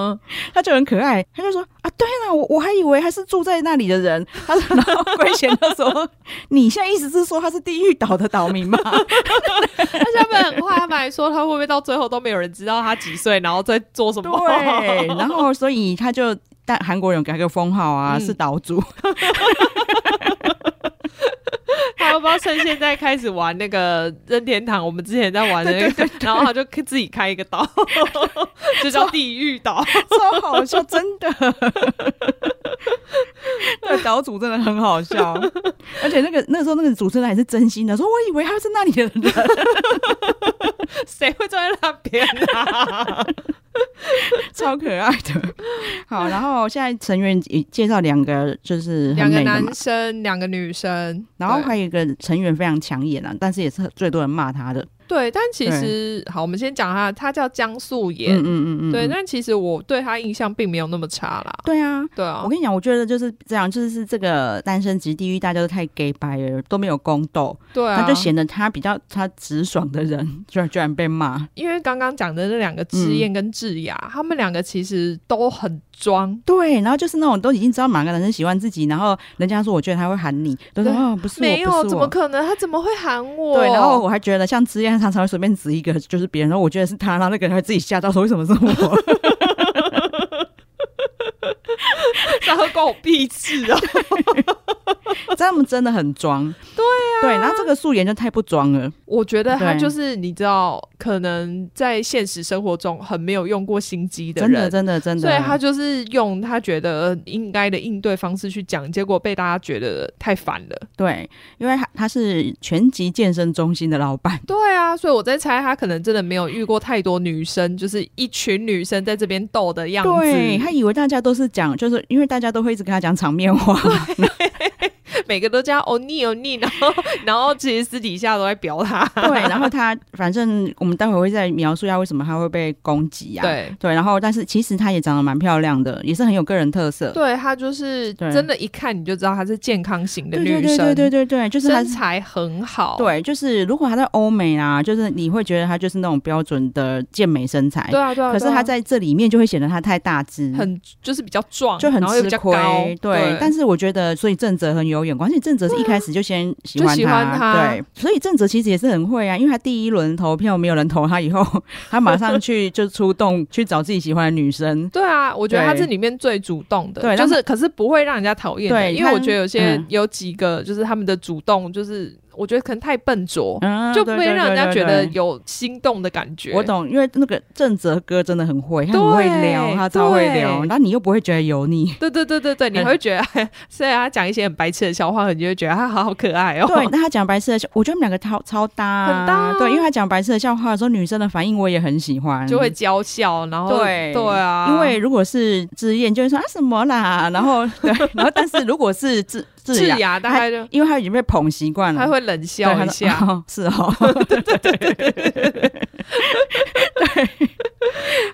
Speaker 1: 嗯嗯
Speaker 2: 他就很可爱，他就说啊，对啦，我我还以为他是住在那里的人。 他说，然后龟贤就说，你现在意思是说他是地狱岛的岛民吗？
Speaker 1: 嗯，而且他们很坏，他们还说他会不会到最后都没有人知道他几岁，然后在做什么？
Speaker 2: 对，然后所以他就。但韩国人有给他个封号啊，
Speaker 1: 嗯
Speaker 2: 是岛 主。
Speaker 1: 他要不要趁现在开始玩那个任天堂？我们之前在玩的那个，然后他就自己开一个 岛，就叫地狱岛。
Speaker 2: 超好笑，真的。对，岛主真的很好笑， 而且那个那时候那个主持人还是真心的，说我以为他是那里的 人，
Speaker 1: 谁会坐在那边 啊？
Speaker 2: 超可爱的。好，然后现在成员也介绍两个，就是很
Speaker 1: 两个
Speaker 2: 美的嘛
Speaker 1: 男生，两个女生，
Speaker 2: 然后
Speaker 1: 对
Speaker 2: 还有一个成员非常抢眼啊，但是也是最多人骂他的。
Speaker 1: 对，但其实好，我们先讲他，他叫江素妍。
Speaker 2: 嗯嗯嗯
Speaker 1: 对，但其实我对他印象并没有那么差啦。
Speaker 2: 对啊。
Speaker 1: 对啊
Speaker 2: 我，跟你讲，我觉得就是这样，就是这个单身级地狱大家都太 gay 白了，都没有宫斗，
Speaker 1: 对啊，
Speaker 2: 他就显得他比较他直爽的人， 居然居然被骂。
Speaker 1: 因为刚刚讲的那两个智燕跟智雅，他们两个其实都很装。
Speaker 2: 对，然后就是那种都已经知道哪个男生喜欢自己，然后人家说我觉得他会喊你，都说
Speaker 1: 对
Speaker 2: 哦不是我，
Speaker 1: 没有，
Speaker 2: 不是
Speaker 1: 怎
Speaker 2: 我
Speaker 1: 么可能？他怎么会喊我？
Speaker 2: 对，然后 我还觉得像之燕常常会随便指一个就是别人，然后我觉得是他，然后那个人会自己吓到说为什么是我？
Speaker 1: 然后关我屁事啊！
Speaker 2: 他们真的很装。对啊，对，然后这个素颜就太不装了。
Speaker 1: 我觉得他
Speaker 2: 对
Speaker 1: 就是你知道，可能在现实生活中很没有用过心机
Speaker 2: 真的
Speaker 1: 人。
Speaker 2: 真的真的，
Speaker 1: 所以他就是用他觉得应该的应对方式去讲，结果被大家觉得太烦了。
Speaker 2: 对，因为他他是拳击健身中心的老板，
Speaker 1: 对啊，所以我在猜他可能真的没有遇过太多女生，就是一群女生在这边斗的样
Speaker 2: 对
Speaker 1: 子，
Speaker 2: 他以为大家都是讲，就是因为大家都会一直跟他讲场面 话，
Speaker 1: 每个都叫哦欧尼欧尼，然后 然后其实私底下都在表他。
Speaker 2: 对，然后他反正我们待会会再描述一下为什么他会被攻击啊，
Speaker 1: 对，
Speaker 2: 对，然后但是其实他也长得蛮漂亮的，也是很有个人特色，
Speaker 1: 对他就是
Speaker 2: 对
Speaker 1: 真的，一看你就知道她是健康型的
Speaker 2: 对对
Speaker 1: 女
Speaker 2: 对
Speaker 1: 生，
Speaker 2: 对对对对，就是他
Speaker 1: 身。材很好。
Speaker 2: 对，就是如果他在欧美啊，就是你会觉得他就是那种标准的健美身材，
Speaker 1: 对啊对啊，
Speaker 2: 可是
Speaker 1: 对啊
Speaker 2: 他在这里面就会显得他太大只，
Speaker 1: 很就是比较壮，
Speaker 2: 就很
Speaker 1: 哦然后又比
Speaker 2: 吃
Speaker 1: 较高
Speaker 2: 亏，，对。但是我觉得，所以郑哲很有眼光，而且郑哲是一开始就先喜欢他，
Speaker 1: 就喜欢他
Speaker 2: 对。所以郑哲其实也是很会啊，因为他第一轮投票没有人投他，以后他马上去就出动去找自己喜欢的女生。
Speaker 1: 对啊，我觉得
Speaker 2: 对
Speaker 1: 他是里面最主动的，
Speaker 2: 对
Speaker 1: 就
Speaker 2: 让
Speaker 1: 是可是不会让人家讨厌的，
Speaker 2: 对
Speaker 1: 因为我
Speaker 2: 他
Speaker 1: 觉得有些、
Speaker 2: 嗯
Speaker 1: 有几个就是他们的主动，就是我觉得可能太笨拙，
Speaker 2: 嗯，
Speaker 1: 就不
Speaker 2: 对
Speaker 1: 会让人家觉。
Speaker 2: 对
Speaker 1: 得
Speaker 2: 对对对
Speaker 1: 有心动的感觉。
Speaker 2: 我懂，因为那个郑哲哥真的很会，他很
Speaker 1: 对
Speaker 2: 会聊，他超会
Speaker 1: 对
Speaker 2: 聊，然后你又不会觉得油腻。
Speaker 1: 对对对对对，你
Speaker 2: 嗯
Speaker 1: 会觉得， 虽然他讲一些很白痴的笑话，你就会觉得他好好可 爱哦。
Speaker 2: 对，那他讲白色的笑，我觉得他们两个超超搭啊，
Speaker 1: 很搭啊
Speaker 2: 对，因为他讲白色的笑话的时候，女生的反应我也很喜 欢，
Speaker 1: 就会娇笑，然后
Speaker 2: 对
Speaker 1: 对啊，
Speaker 2: 因为如果是志燕，就会说啊什么啦， 然后对，然后但是如果是志
Speaker 1: 智
Speaker 2: 志雅，
Speaker 1: 雅大概就
Speaker 2: 啊因为他已经被捧习惯了，
Speaker 1: 他会冷
Speaker 2: 对
Speaker 1: 笑一
Speaker 2: 他说
Speaker 1: 下，
Speaker 2: 哦是哦，对对对对。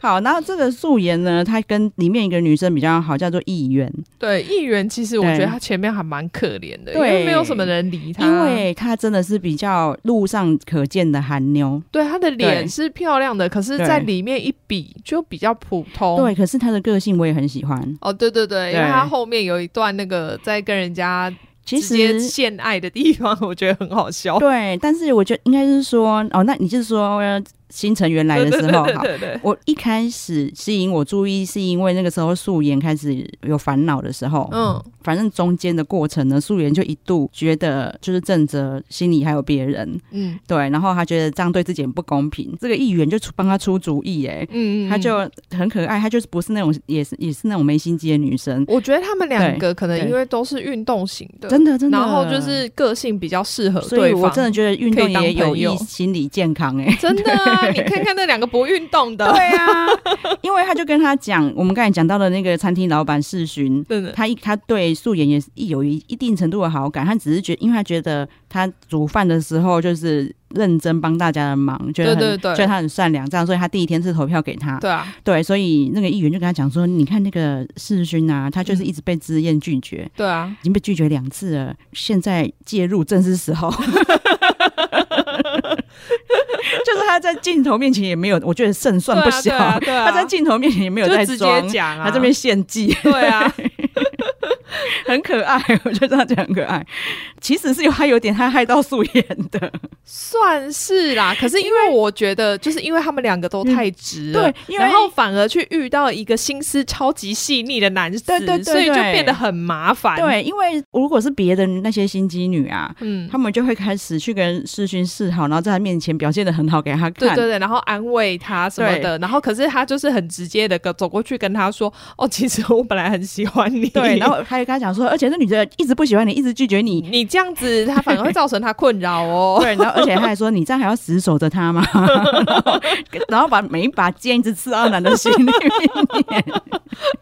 Speaker 2: 好，然后这个素颜呢，她跟里面一个女生比较好，叫做议员，
Speaker 1: 对议员，其实我
Speaker 2: 对
Speaker 1: 觉得他前面还蛮可怜的，因
Speaker 2: 对
Speaker 1: 为没有什么人理他，
Speaker 2: 因为她真的是比较路上可见的韩妞，
Speaker 1: 对他的脸
Speaker 2: 对
Speaker 1: 是漂亮的，可是在里面一比就比较普通。
Speaker 2: 对，，可是她的个性我也很喜欢，
Speaker 1: 哦，对对对，因为
Speaker 2: 对
Speaker 1: 他后面有一段那个在跟人家
Speaker 2: 其
Speaker 1: 直接
Speaker 2: 实
Speaker 1: 献爱的地方， 我觉得很好笑。
Speaker 2: 对，但是我觉得应该是说，哦，那你是说呃新成员来的时 候好。
Speaker 1: 对对对，
Speaker 2: 我一开始吸引我注意，是因为那个时候素颜开始有烦恼的时候，
Speaker 1: 嗯，
Speaker 2: 反正中间的过程呢，素颜就一度觉得就是正哲心里还有别人，
Speaker 1: 嗯
Speaker 2: 对，然后他觉得这样对自己很不公平，这个议员就出帮他出主意、哎、
Speaker 1: 嗯，嗯
Speaker 2: 他就很可爱，他就是不是那种也是也是那种没心机的女生，
Speaker 1: 我觉得他们两
Speaker 2: 对
Speaker 1: 个可能
Speaker 2: 对
Speaker 1: 因为都是运动型的，
Speaker 2: 真的真的，
Speaker 1: 然后就是个性比较适合
Speaker 2: 所以
Speaker 1: 对
Speaker 2: 我
Speaker 1: 方。
Speaker 2: 真的觉得运
Speaker 1: 可以
Speaker 2: 动
Speaker 1: 当
Speaker 2: 也有
Speaker 1: 朋友
Speaker 2: 益心理健康 哎、
Speaker 1: 真的啊，你看看那两个不运动的，
Speaker 2: 对啊， 因为他就跟他讲，我们刚才讲到的那个餐厅老板世勋，
Speaker 1: 真的，
Speaker 2: 他一他对素颜也是一有一一定程度的好感，他只是觉因为他觉得他煮饭的时候就是认真帮大家的忙，觉得很
Speaker 1: 对对对
Speaker 2: 觉得他很善良，这样，所以他第一天是投票给他。
Speaker 1: 对啊，
Speaker 2: 对所以那个议员就跟他讲说，你看那个世勋啊，他
Speaker 1: 嗯
Speaker 2: 就是一直被自愿拒绝。
Speaker 1: 对啊，
Speaker 2: 已经被拒绝两次了，现在介入正是时候。 就是他在镜头面前也没有，我觉得胜算不小。
Speaker 1: 对啊对啊对啊
Speaker 2: 他在镜头面前也没有在
Speaker 1: 就直接
Speaker 2: 装，
Speaker 1: 讲啊，
Speaker 2: 他这边献技，
Speaker 1: 对 啊，
Speaker 2: 很可爱。 我觉得他这样很可爱。其实是有他有点害害到素颜的，
Speaker 1: 算是啦。可是因为我觉得，就是因为他们两个都太直了，
Speaker 2: 嗯对因为
Speaker 1: 然后反而去遇到一个心思超级细腻的男子，
Speaker 2: 对对对
Speaker 1: 所以就
Speaker 2: 对
Speaker 1: 变得很麻烦。，
Speaker 2: 对，因为如果是别的那些心机女啊，
Speaker 1: 嗯，
Speaker 2: 他们就会开始去跟世勋示好，然后在他面前表现的很好给他
Speaker 1: 对
Speaker 2: 看。
Speaker 1: 对对，然后安慰他什么的，然后可是他就是很直接的走过去跟他说：“哦，其实我本来很喜欢你。”
Speaker 2: 对，然后他也跟他讲说，而且那女的一直不喜欢你，一直拒绝你，
Speaker 1: 你这样子，他反而会造成他困扰 哦。
Speaker 2: 对，然后而且他还说：“你这样还要死守着他吗？” 然后然后把每一把剑一直刺到男的心里面。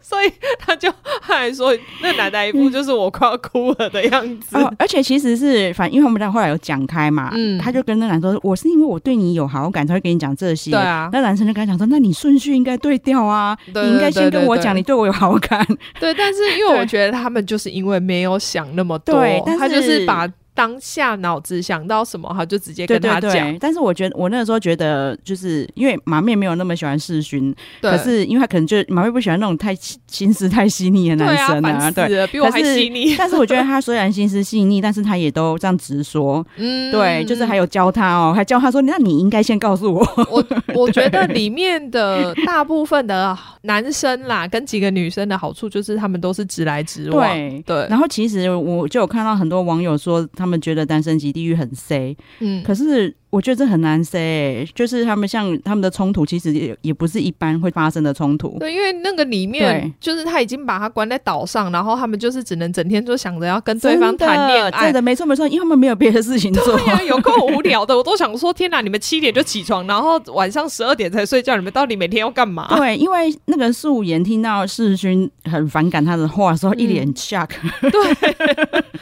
Speaker 1: 所以 他就他还说，那奶奶一副就是我快要哭了的样子。
Speaker 2: 哦，而且其实是反，因为我们俩后来有讲开嘛，
Speaker 1: 嗯
Speaker 2: 他就跟那男生说：“我是因为我对你有好感才会跟你讲这些。”
Speaker 1: 对啊
Speaker 2: 那男生就跟他讲说：“那你顺序应该对调啊，
Speaker 1: 对
Speaker 2: 你应该先跟我
Speaker 1: 对对
Speaker 2: 讲
Speaker 1: 对
Speaker 2: 你对我有好感。
Speaker 1: 对，但是因为我
Speaker 2: 对
Speaker 1: 觉得他们就是因为没有想那么多，
Speaker 2: 对但
Speaker 1: 他就是是把当下脑子想到什么，他就直”接
Speaker 2: 对
Speaker 1: 跟他
Speaker 2: 对
Speaker 1: 讲。
Speaker 2: 对。但是我觉得我那时候觉得，就是因为马妹没有那么喜欢世勋，
Speaker 1: 对
Speaker 2: 可是因为他可能就马妹不喜欢那种太心思太细腻的
Speaker 1: 对
Speaker 2: 男
Speaker 1: 啊，
Speaker 2: 生
Speaker 1: 烦
Speaker 2: 对
Speaker 1: 死。了，比我还
Speaker 2: 可是
Speaker 1: 细腻。
Speaker 2: 但是我觉得他虽然心思细腻，但是他也都这样直说，
Speaker 1: 嗯，
Speaker 2: 对，就是还
Speaker 1: 有
Speaker 2: 有教他哦，还教他说，那你应该先告诉我，
Speaker 1: 我， 我觉得里面的大部分的男生啦，跟几个女生的好处就是他们都是直来直往。
Speaker 2: 对。
Speaker 1: 对，
Speaker 2: 然后其实我就有看到很多网友说，他们觉得单身级地狱很 C，
Speaker 1: 嗯，
Speaker 2: 可是我觉得这很难 C，就是他们像他们的冲突，其实也也不是一般会发生的冲突。
Speaker 1: 对，因为那个里面
Speaker 2: 对
Speaker 1: 就是他已经把他关在岛上，然后他们就是只能整天就想着要跟对方谈恋
Speaker 2: 真的真
Speaker 1: 爱。
Speaker 2: 的没错没错，因为他们没有别的事情做。
Speaker 1: 对呀、有够无聊 的，我都想说，天哪！你们七点就起床，然后晚上十二点才睡觉，你们到底每天要干嘛？
Speaker 2: 对，因为那个素颜听到世勋很反感他的话的时候，一脸
Speaker 1: 嗯
Speaker 2: shock，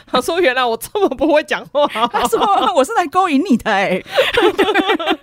Speaker 1: 他说：“原来 我这么不会讲 话，
Speaker 2: 他说我是来勾引你的哎、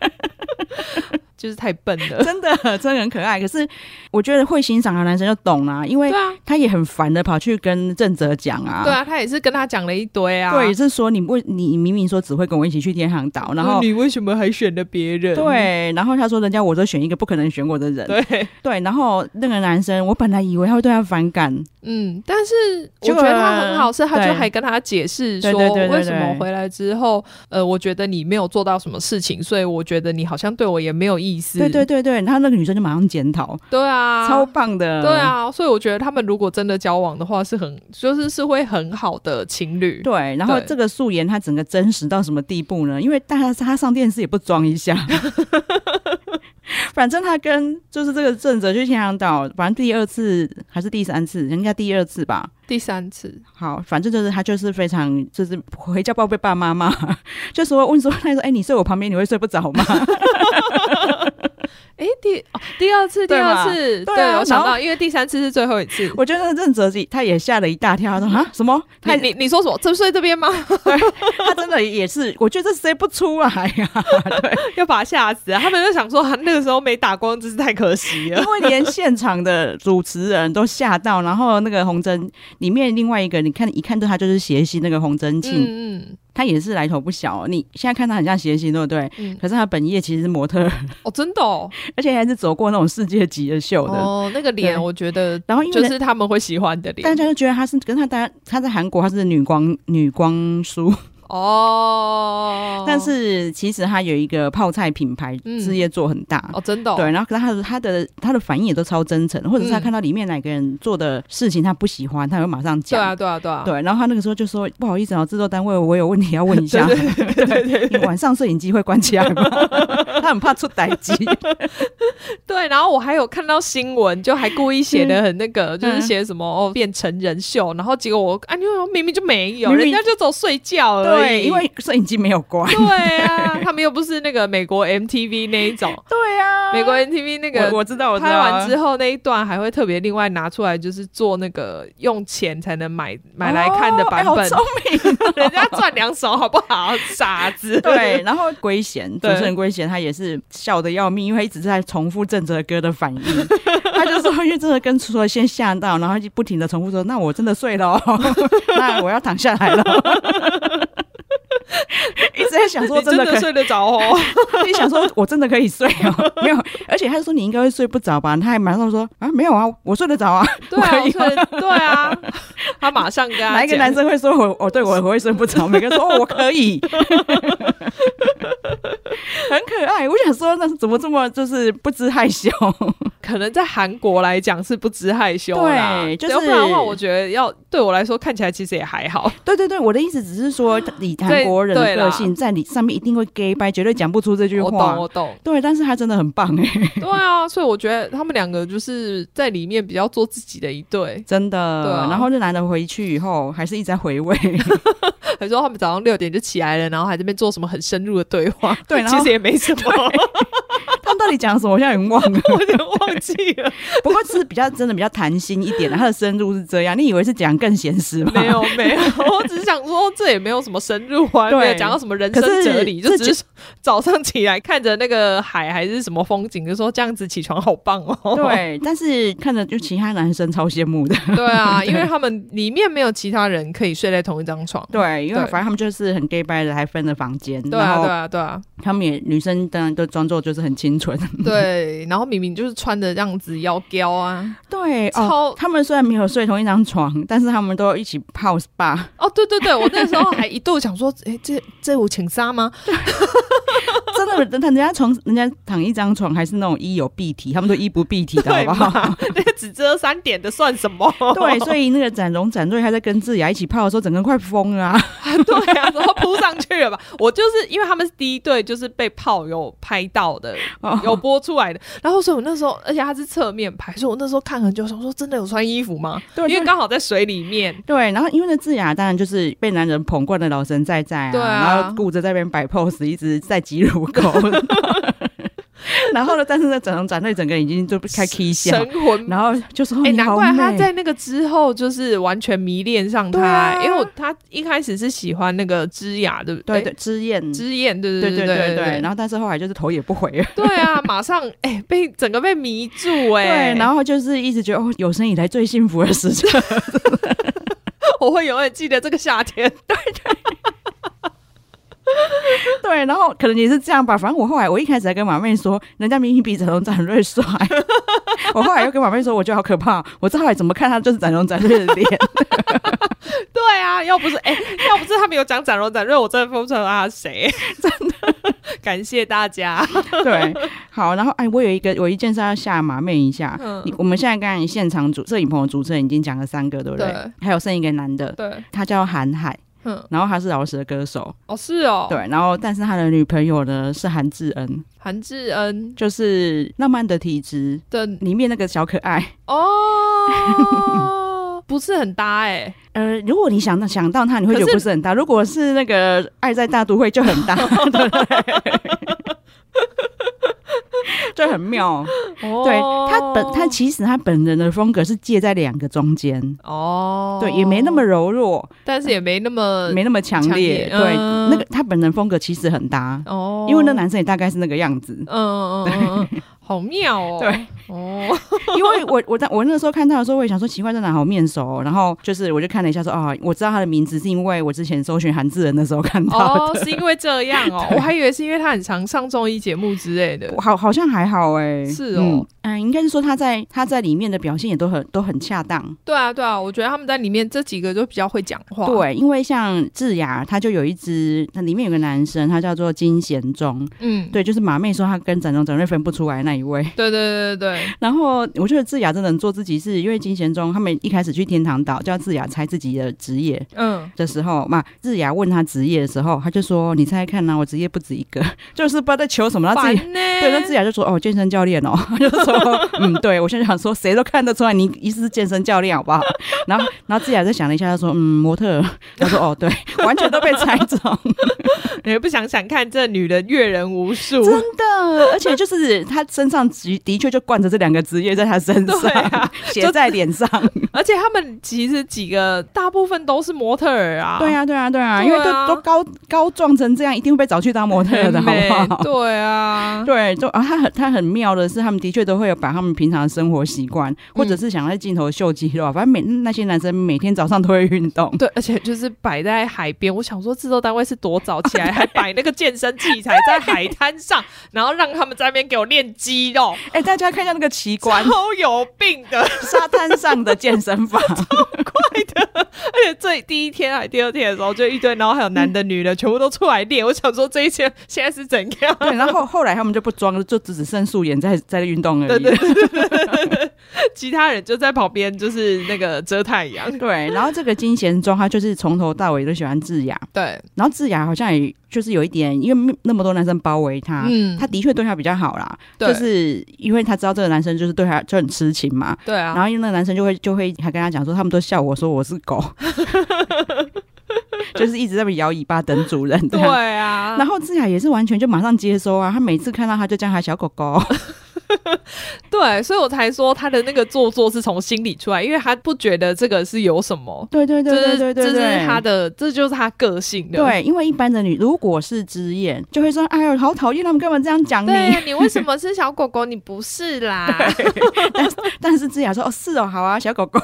Speaker 1: 就是太笨了。
Speaker 2: 真的真的很可爱。可是我觉得会欣赏的男生就懂啦、因”为
Speaker 1: 对啊，
Speaker 2: 他也很烦的跑去跟郑哲讲啊。
Speaker 1: 对啊，他也是跟他讲了一堆啊。
Speaker 2: 对，也是说你为你明明说只会跟我一起去天航岛，然后
Speaker 1: 你为什么还选了别人？
Speaker 2: 对，然后他说人家我都选一个不可能选我的人，
Speaker 1: 对，
Speaker 2: 对，然后那个男生我本来以为他会对他反感，
Speaker 1: 嗯，但是我
Speaker 2: 结
Speaker 1: 觉
Speaker 2: 果
Speaker 1: 得他很好，是他就
Speaker 2: 对
Speaker 1: 还跟他解释
Speaker 2: 对
Speaker 1: 说
Speaker 2: 对对对
Speaker 1: 为什么
Speaker 2: 对
Speaker 1: 回来之后，呃，我觉得你没有做到什么事情，所以我觉得你好像对我也没有意思。
Speaker 2: 对对对对，然后那个女生就马上检讨，
Speaker 1: 对啊，
Speaker 2: 超棒的，
Speaker 1: 对。啊，所以我觉得他们如果真的交往的话，是很就是是会很好的情侣。
Speaker 2: 对，然后
Speaker 1: 对
Speaker 2: 这个素颜她整个真实到什么地步呢？因为大家她上电视也不装一下，反正她跟就是这个正哲去天堂岛，反正第二次还是第三次，人家第二次吧。
Speaker 1: 第三次，
Speaker 2: 好，反正就是她就是非常就是回家不知道被爸妈骂，就说问说她说哎、你睡我旁边你会睡不着吗？
Speaker 1: 哎，第、哦第二次，第
Speaker 2: 对
Speaker 1: 二
Speaker 2: 嘛
Speaker 1: 次，
Speaker 2: 对啊
Speaker 1: 我想
Speaker 2: 然后
Speaker 1: 到，因为第三次是最后一次。
Speaker 2: 我觉得那个正哲自己她也吓了一大跳，她说啊什么？
Speaker 1: 你
Speaker 2: 她
Speaker 1: 你你说什么？这睡这边 吗？
Speaker 2: 她真的也是，我觉得这谁不出来啊呀、
Speaker 1: 要把他吓死啊！他们就想说，啊那个时候没打光，真是太可惜了。
Speaker 2: 因为连现场的主持人都吓到，然后那个洪真里面另外一个，你看一看就他就是谐星那个洪真庆，
Speaker 1: 嗯嗯，
Speaker 2: 他也是来头不小、哦。你现在看他很像谐星，对不对？
Speaker 1: 嗯，
Speaker 2: 可是他本业其实是模特儿，
Speaker 1: 哦，真的哦，
Speaker 2: 而且还是走过那种世界级的秀的。
Speaker 1: 哦，那个
Speaker 2: 对
Speaker 1: 脸我觉得
Speaker 2: 然后因为
Speaker 1: 就是他们会喜欢的
Speaker 2: 大
Speaker 1: 脸，
Speaker 2: 家就觉得他是，可是他大家他在韩国他是女光女光叔，
Speaker 1: 哦，
Speaker 2: 但是其实他有一个泡菜品牌，
Speaker 1: 嗯
Speaker 2: 事业做很大。
Speaker 1: 哦，真的哦，
Speaker 2: 对，然后可是他的他的他的反应也都超真诚，或者是他
Speaker 1: 嗯
Speaker 2: 看到里面哪个人做的事情他不喜欢，他会马上
Speaker 1: 对
Speaker 2: 讲。
Speaker 1: 啊，对啊，对啊，
Speaker 2: 对，然后他那个时候就说：“不好意思哦，制作单位我有问题要问一下，
Speaker 1: 对对对
Speaker 2: 你晚上摄影机会关起来吗？” 他很怕出歹 机。
Speaker 1: 对，然后我还有看到新闻，就还故意写的很那
Speaker 2: 嗯
Speaker 1: 个，就是写什么哦变成人秀，然后结果我啊，因为明明就没有，
Speaker 2: 明明
Speaker 1: 人家就走睡觉而
Speaker 2: 对，
Speaker 1: 已
Speaker 2: 因为摄影机没有关。
Speaker 1: 对啊， 他们又不是那个美国 MTV 那一 种，
Speaker 2: 对啊
Speaker 1: 美国 MTV 那
Speaker 2: 我
Speaker 1: 个。
Speaker 2: 我知道，我知道啊
Speaker 1: 拍完之
Speaker 2: 后
Speaker 1: 后那一段还会特别另外拿出来，就是做那个用钱才能买买来看的版本，
Speaker 2: 哦哎好聪明。啊
Speaker 1: 人家赚两手好不好？傻子。
Speaker 2: 对，然后圭贤主
Speaker 1: 对
Speaker 2: 持人圭贤，他也是笑的要命，因为他一直在重复郑哲哥的反 应。他就说，因为郑哲哥除了先吓到，然后就不停的重复说：“那我真的睡了 哦，那我要躺下来了。”一直在想说
Speaker 1: 你
Speaker 2: 真
Speaker 1: 真
Speaker 2: 的可
Speaker 1: 的
Speaker 2: 以，
Speaker 1: 睡得着 哦？
Speaker 2: 你想说我真的可以睡哦，没有，而且他说你应该会睡不着吧？他还马上说啊没有啊，我睡得着啊，
Speaker 1: 对啊，
Speaker 2: 可
Speaker 1: 我
Speaker 2: 以
Speaker 1: 睡得对啊， 他马上跟他
Speaker 2: 哪一个
Speaker 1: 讲
Speaker 2: 男生会说我我对我我会睡不着？每个人说哦我可以，很可爱。我想说，那是怎么这么就是不知害羞？
Speaker 1: 可能在韩国来讲是不知害羞啦，
Speaker 2: 对就是
Speaker 1: 要不然的话，我觉得要对我来说看起来其实也还好。
Speaker 2: 对对对，我的意思只是说，以韩
Speaker 1: 对
Speaker 2: 国人的
Speaker 1: 对
Speaker 2: 个
Speaker 1: 啦
Speaker 2: 性，在你上面一定会 gay 掰，绝对讲不出这句
Speaker 1: 我懂，
Speaker 2: 话，
Speaker 1: 我。懂
Speaker 2: 对，但是他真的很棒哎、
Speaker 1: 对啊，所以我觉得他们两个就是在里面比较做自己的一对。
Speaker 2: 真的。
Speaker 1: 对啊
Speaker 2: 然后那男的回去以后，还是一直在回味。
Speaker 1: 还说他们早上六点就起来了，然后还在那边做什么很深入的对话，
Speaker 2: 对然后
Speaker 1: 其实也没什么，
Speaker 2: 他们到底讲什么？我现在已经忘了。
Speaker 1: 我有点忘记了，
Speaker 2: 不过是比较真的比较谈心一点的，他的深入是这样。你以为是讲更闲实吗？
Speaker 1: 没有没有， 我只是想说这也没有什么深入啊，
Speaker 2: 对
Speaker 1: 没有讲到什么人生
Speaker 2: 可是
Speaker 1: 哲理，就
Speaker 2: 这
Speaker 1: 只是 早上起来看着那个海还是什么风景，就说这样子起床好棒哦，
Speaker 2: 对，但是看着就其他男生超羡慕的。
Speaker 1: 对啊，因为他们里面没有其他人可以睡在同一张床。
Speaker 2: 对，因为
Speaker 1: 对
Speaker 2: 反正他们就是很 gay 掰的，还分了房间。
Speaker 1: 对
Speaker 2: 然
Speaker 1: 啊，
Speaker 2: 后
Speaker 1: 对啊，对啊，
Speaker 2: 他们也女生当然都装作就是很 清纯。
Speaker 1: 对。然后明明就是穿的这样子腰胶啊，
Speaker 2: 对，哦，
Speaker 1: 超
Speaker 2: 他们虽然没有睡同一张床，但是他们都一起 泡 SPA。
Speaker 1: 哦，对对对，我那时候还一度想说，哎，这这有请杀 吗？
Speaker 2: 真的，人人家床，人家躺一张床，还是那种衣有蔽体，他们都衣不蔽体的好
Speaker 1: 对
Speaker 2: 不
Speaker 1: 嘛
Speaker 2: 好？，
Speaker 1: 那个只遮三点的算什么？
Speaker 2: 对，所以那个展荣、展瑞还在跟智雅一起泡的时候，整个人快疯了、啊。
Speaker 1: 对啊，然后扑上去了吧？我就是因为他们是第一对，就是被炮友拍到的，
Speaker 2: 哦
Speaker 1: 有播出来的。然后所以我那时候，而且他是侧面拍，所以我那时候看很久，想说真的有穿衣服吗？
Speaker 2: 对
Speaker 1: 因为
Speaker 2: 就
Speaker 1: 刚好在水里面，
Speaker 2: 对，然后因为那智雅当然就是被男人捧惯的老神在在啊，
Speaker 1: 对啊
Speaker 2: 然后顾着在那边摆 pose，一直在挤乳 沟。然后呢，但是在整容展队整个已经就不开 K 笑
Speaker 1: 神，魂
Speaker 2: 然后就说：“
Speaker 1: 哎、
Speaker 2: 你
Speaker 1: 难
Speaker 2: 好
Speaker 1: 怪他
Speaker 2: 美
Speaker 1: 在那个之后就是完全迷恋上他，
Speaker 2: 对啊
Speaker 1: 因为我他一开始是喜欢那个芝雅，对不
Speaker 2: 对
Speaker 1: 对
Speaker 2: 对之燕，
Speaker 1: 之燕，对
Speaker 2: 对
Speaker 1: 哎对
Speaker 2: 对
Speaker 1: 对
Speaker 2: 对对，然后但是后来就是头也不回了。”
Speaker 1: 对啊，马上哎、被整个被迷住哎、
Speaker 2: 对，然后就是一直觉得哦，有生以来最幸福的时间。
Speaker 1: 我会永远记得这个夏天。
Speaker 2: 对，然后可能也是这样吧。反正我后来，我一开始还跟马妹说，人家明明比展荣展瑞帅。 我后来又跟马妹说，我觉得好可怕。我这后来怎么看他就是展荣展瑞的脸。
Speaker 1: 对啊，要不是 哎、要不是他们有讲展荣展瑞，我真的分不出来他是 谁。真的，感谢大家。
Speaker 2: 对，好，然后哎，我有一个，我一件事要吓马妹一下。
Speaker 1: 嗯
Speaker 2: 你我们现在刚才现场主摄影棚的主持人已经讲了三个，对不对？
Speaker 1: 对
Speaker 2: 还有剩一个男的，
Speaker 1: 对，
Speaker 2: 他叫韩海，
Speaker 1: 嗯，
Speaker 2: 然后他是饶舌歌手，
Speaker 1: 哦是哦，
Speaker 2: 对，然后但是他的女朋友呢是韩智恩，
Speaker 1: 韩智恩
Speaker 2: 就是《浪漫的体质
Speaker 1: 的》
Speaker 2: 里面那个小可爱。
Speaker 1: 哦，不是很搭哎、
Speaker 2: 呃，如果你想到想到他，你会觉
Speaker 1: 可
Speaker 2: 得
Speaker 1: 是
Speaker 2: 不是很大；如果是那个《爱在大都会》，就 很大，对不对？ 就很妙。
Speaker 1: 哦，
Speaker 2: 对他本他其实他本人的风格是介在两个中间，
Speaker 1: 哦，
Speaker 2: 对，也没那么，柔弱，
Speaker 1: 但是也没那么
Speaker 2: 没那么强
Speaker 1: 哦强烈
Speaker 2: 烈，对，
Speaker 1: 嗯
Speaker 2: 那个他本人风格其实很搭，
Speaker 1: 哦，
Speaker 2: 因为那男生也大概是那个样子，
Speaker 1: 嗯，嗯嗯嗯嗯，好妙 哦。
Speaker 2: 对，
Speaker 1: 哦，
Speaker 2: 因为我我在我那时候看到的时候，我也想说奇怪，这哪好面熟哦、然后就是我就看了一下说，啊，我知道他的名字是因为我之前搜寻韩志人的时候看到的。
Speaker 1: 哦，是因为这样 哦，我还以为是因为他很常上综艺节目之类的
Speaker 2: 我。 好，好像还好哎、
Speaker 1: 是哦
Speaker 2: 嗯，嗯，应该是说他在他在里面的表现也都很都很恰当，
Speaker 1: 对啊，对啊，我觉得他们在里面这几个就比较会讲话。，
Speaker 2: 对，因为像智雅，他就有一只，那里面有个男生，他叫做金贤忠，
Speaker 1: 嗯，
Speaker 2: 对，就是马妹说他跟展忠展瑞分不出来那一位。
Speaker 1: 对对对对
Speaker 2: 然后我觉得智雅真的很做自己是，因为金贤忠他们一开始去天堂岛叫智雅猜自己的职业
Speaker 1: 对，嗯，
Speaker 2: 的时候，嘛，智雅问他职业的时候，他就说：“你猜猜看呢、啊我职业不止一个， 就是不知道在求什么。”他自
Speaker 1: 烦
Speaker 2: 己
Speaker 1: 呢。
Speaker 2: 对，那智雅就说：“哦，健身教练哦。” 他就说：“嗯，对我现在想说，谁都看得出来你一定是健身教练，好不好？” 然后，然后智雅就想了一下，他说：“嗯，模特儿。”他说：“哦，对，完全都被猜中，
Speaker 1: 你不想想看，这女人阅人无数，
Speaker 2: 真的。而且就是他身上的的确就惯着这两个职业在他身上，
Speaker 1: 对啊
Speaker 2: 写在脸上。
Speaker 1: 而且他们其实几个大部分都是模特儿啊。
Speaker 2: 对啊，对啊，对啊，因
Speaker 1: 对
Speaker 2: 为
Speaker 1: 啊
Speaker 2: 都都高高壮成这样，一定会被找去当模特儿
Speaker 1: 很
Speaker 2: 的，好
Speaker 1: 美，
Speaker 2: 不好？”
Speaker 1: 对啊，
Speaker 2: 对，就啊，他很他很妙的是，他们的确都会有把他们平常的生活习惯，或者是想在镜头秀肌肉啊，反正每那些男生每天早上都会运动。
Speaker 1: 对，而且就是摆在海边。我想说，制作单位是多早起 来，还摆那个健身器材在海滩上，然后让他们在那边给我练肌 肉，
Speaker 2: 哎、大家看一下那个奇 观，
Speaker 1: 超有病的。
Speaker 2: 沙滩上的健身房，
Speaker 1: 而且 最第一天还第二天的时候，就一堆，然后还有男的、女的，全部都出来练。我想说，这一天现在是怎样？
Speaker 2: 对，然后后来他们就不装了，就只只剩素颜在在运动而已。
Speaker 1: 对对对对对对，其他人就在旁边，就是那个遮太阳。
Speaker 2: 对然后这个金贤中，他就是从头到尾都喜欢智雅，
Speaker 1: 对，
Speaker 2: 然后智雅好像也就是有一点，因为没那么多男生包围他，
Speaker 1: 嗯
Speaker 2: 他的确对他比较好啦，
Speaker 1: 对
Speaker 2: 就是因为他知道这个男生就是对他就很痴情嘛，
Speaker 1: 对啊，
Speaker 2: 然后因为那个男生就会就会还跟他讲说，他们都笑我说我是狗， 就是一直在那边摇尾巴等主人这
Speaker 1: 对
Speaker 2: 样。
Speaker 1: 啊，
Speaker 2: 然后智雅也是完全就马上接收啊，他每次看到他就叫他小狗狗，
Speaker 1: 对，所以我才说他的那个做作是从心里出来，因为他不觉得这个是有什么。
Speaker 2: 对对对对对对
Speaker 1: 这是
Speaker 2: 对，
Speaker 1: 这是他的，这就是他个性的。
Speaker 2: 对，因为一般的女如果是之燕，就会说，哎呦，好讨厌他们干嘛这样讲你。
Speaker 1: 对，啊你为什么是小狗狗？你不是 啦。
Speaker 2: 但是智雅说，哦是哦，好啊，小 狗狗，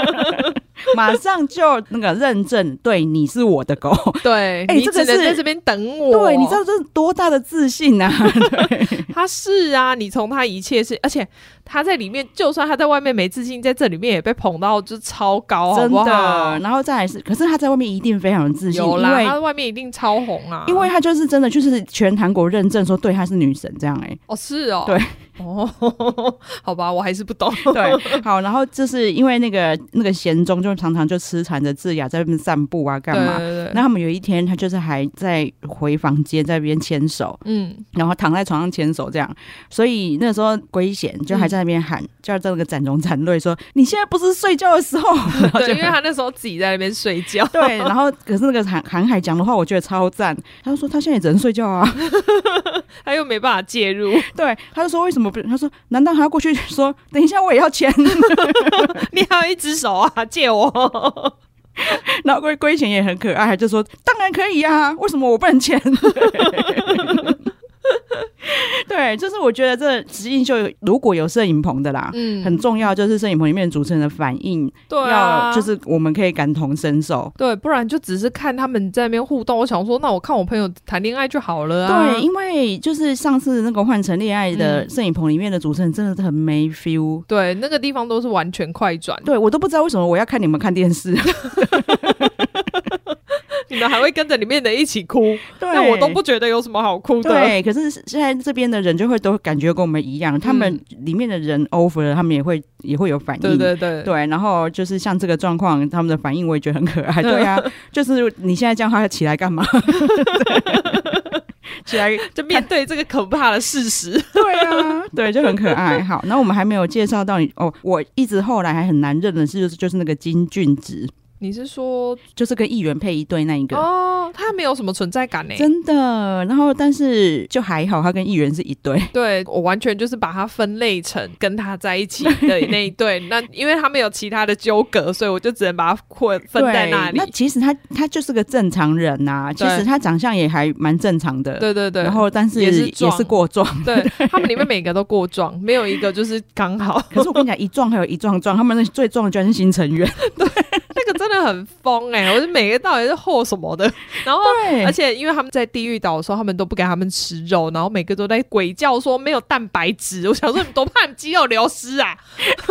Speaker 2: 马上就那个认证，对，你是我的狗。
Speaker 1: 对，
Speaker 2: 哎
Speaker 1: 你
Speaker 2: 这
Speaker 1: 只
Speaker 2: 个
Speaker 1: 能
Speaker 2: 是
Speaker 1: 在这边等我。
Speaker 2: 对，你知道这是多大的自信啊！
Speaker 1: 他是啊，你从他一切是，而且他在里面，就算他在外面没自信，在这里面也被捧到就超高，好
Speaker 2: 真
Speaker 1: 不好
Speaker 2: 的。？然后再来是，可是他在外面一定非常有自信，
Speaker 1: 有
Speaker 2: 因
Speaker 1: 啦，他
Speaker 2: 为
Speaker 1: 外面一定超红啊，
Speaker 2: 因为他就是真的就是全韩国认证说对她是女神这样 哎、
Speaker 1: 哦是哦，
Speaker 2: 对，
Speaker 1: 哦，好吧，我还是不懂，
Speaker 2: 对，好，然后就是因为那个那个贤忠就常常就痴缠着智雅在外面散步啊干嘛。
Speaker 1: 对对对，
Speaker 2: 那他们有一天，他就是还在回房间在那边 牵手，
Speaker 1: 嗯，
Speaker 2: 然后躺在床上牵手这样，所以那时候圭贤就还在那边
Speaker 1: 嗯
Speaker 2: 喊，叫这个展荣展瑞说：“你现在不是睡觉的时 候。”然后
Speaker 1: 对，
Speaker 2: 就
Speaker 1: 因为他那时候自己在那边睡觉，
Speaker 2: 对，然后可是那个韩韩海讲的话，我觉得超赞。他就说他现在也只能睡觉啊，
Speaker 1: 他又没办法介 入，
Speaker 2: 对，他就说为什么不？他说难道还要过去说等一下我也要签？
Speaker 1: 你还有一只手啊，借 我，
Speaker 2: 然后龟龟贤也很可爱，就说当然可以啊，为什么我不能签？ 对，就是我觉得这实境秀如果有摄影棚的啦。
Speaker 1: 嗯
Speaker 2: 很重要，就是摄影棚里面主持人的反应，
Speaker 1: 对啊，
Speaker 2: 要就是我们可以感同身受。
Speaker 1: 对，不然就只是看他们在那边互动，我想说，那我看我朋友谈恋爱就好了啊，嗯
Speaker 2: 对，因为就是上次那个换成恋爱的摄影棚里面的主持人真的很没 feel，、
Speaker 1: 对，那个地方都是完全快转，
Speaker 2: 对我都不知道为什么我要看你们看电视，
Speaker 1: 你们还会跟着里面的一起哭，
Speaker 2: 对
Speaker 1: 那我都不觉得有什么好哭的。
Speaker 2: 对，可是现在这边的人就会都感觉跟我们一样，他们里面的人 over 了，他们也会也会有反应。
Speaker 1: 嗯对对嗯对
Speaker 2: 对然后就是像这个状况，他们的反应我也觉得很可爱。对
Speaker 1: 嗯
Speaker 2: 啊， 就是你现在叫他起来干嘛？ 起来，
Speaker 1: 就面对这个可怕的事实。
Speaker 2: 对啊，对，就很可爱。好，那我们还没有介绍到你哦，我一直后来还很难认的是，就是就是那个金俊植，
Speaker 1: 你是说
Speaker 2: 就是跟议员配一对那一个。
Speaker 1: 哦，他没有什么存在感呢、欸
Speaker 2: 真的，然后但是就还好，他跟议员是一对，
Speaker 1: 对我完全就是把它分类成跟他在一起的那一 对，那因为他们有其他的纠葛，所以我就只能把它混分在
Speaker 2: 对
Speaker 1: 那里。
Speaker 2: 其实他他就是个正常人呐、其
Speaker 1: 对
Speaker 2: 实他长相也还蛮正常 的，
Speaker 1: 对对对，
Speaker 2: 然后但是
Speaker 1: 也是
Speaker 2: 也
Speaker 1: 壮
Speaker 2: 是过 壮，
Speaker 1: 对他们里面每个都过壮，没有一个就是刚好，
Speaker 2: 可是我跟你讲，一撞还有一撞撞，他们那最撞的居然是新成 员。
Speaker 1: 那个真的很疯哎、我就每个到底是后什么 的，然后。
Speaker 2: 对
Speaker 1: 而且因为他们在地狱岛的时候，他们都不给他们吃肉，然后每个都在鬼叫说没有蛋白质。 我想说，你们多怕你肌肉流失啊，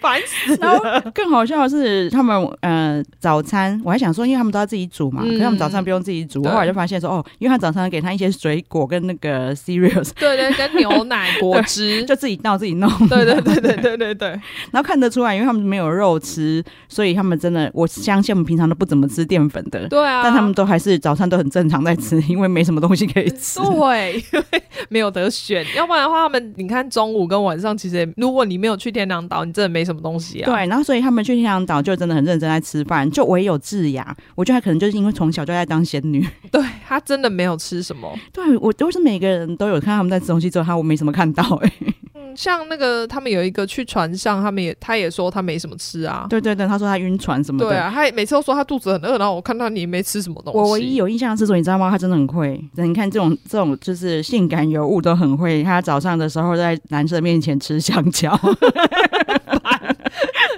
Speaker 1: 烦死
Speaker 2: 然
Speaker 1: 了！
Speaker 2: 后更好笑的是，他们呃早餐，我还想说，因为他们都要自己煮嘛，
Speaker 1: 嗯
Speaker 2: 可是他们早餐不用自己煮。
Speaker 1: 对
Speaker 2: 后来就发现说，哦，因为他早餐给他一些水果跟那个 cereals，
Speaker 1: 对对，跟牛奶、果汁，
Speaker 2: 就自己倒自己弄。
Speaker 1: 对对对对对对对，
Speaker 2: 然后看得出来，因为他们没有肉吃，所以他们真的，我相信我们平常都不怎么吃淀粉的，
Speaker 1: 对啊，
Speaker 2: 但他们都还是早餐都很正常在吃， 因为没什么东西可以吃。
Speaker 1: 对，因为没有得选，要不然的话，他们你看中午跟晚上，其实如果你没有去天堂岛，你真的没什么东西啊。
Speaker 2: 对，然后所以他们去天堂岛就真的很认真在吃饭，就唯有智雅，我觉得她可能就是因为从小就在当仙女，
Speaker 1: 对，他真的没有吃什么。
Speaker 2: 对我都是每个人都有看他们在吃东西之后，他我没什么看到哎、欸
Speaker 1: 嗯，像那个他们有一个去船上，他们也他也说他没什么吃啊。
Speaker 2: 对对对，他说他晕船什么的。
Speaker 1: 对啊，他也每次都说他肚子很饿，然后我看到你也没吃什么东西。
Speaker 2: 我唯一有印象的是说，你知道吗？他真的很会。你看这种这种就是性感尤物都很会。他早上的时候在男生面前吃香蕉，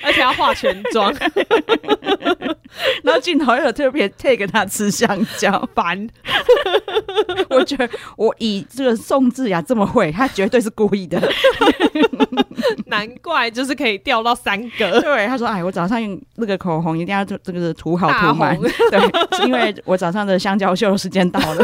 Speaker 1: 而且要化全 妆，
Speaker 2: 然后镜头又有特别 take 他吃香蕉。
Speaker 1: 烦。
Speaker 2: 我觉得我以这个宋智雅这么会，他绝对是故意 的。
Speaker 1: 难怪就是可以掉到三个。
Speaker 2: 对，他说：“哎，我早上用那个口红一定要这这个涂好涂满
Speaker 1: 大，红
Speaker 2: 对， 是因为我早上的香蕉秀时间到 了。”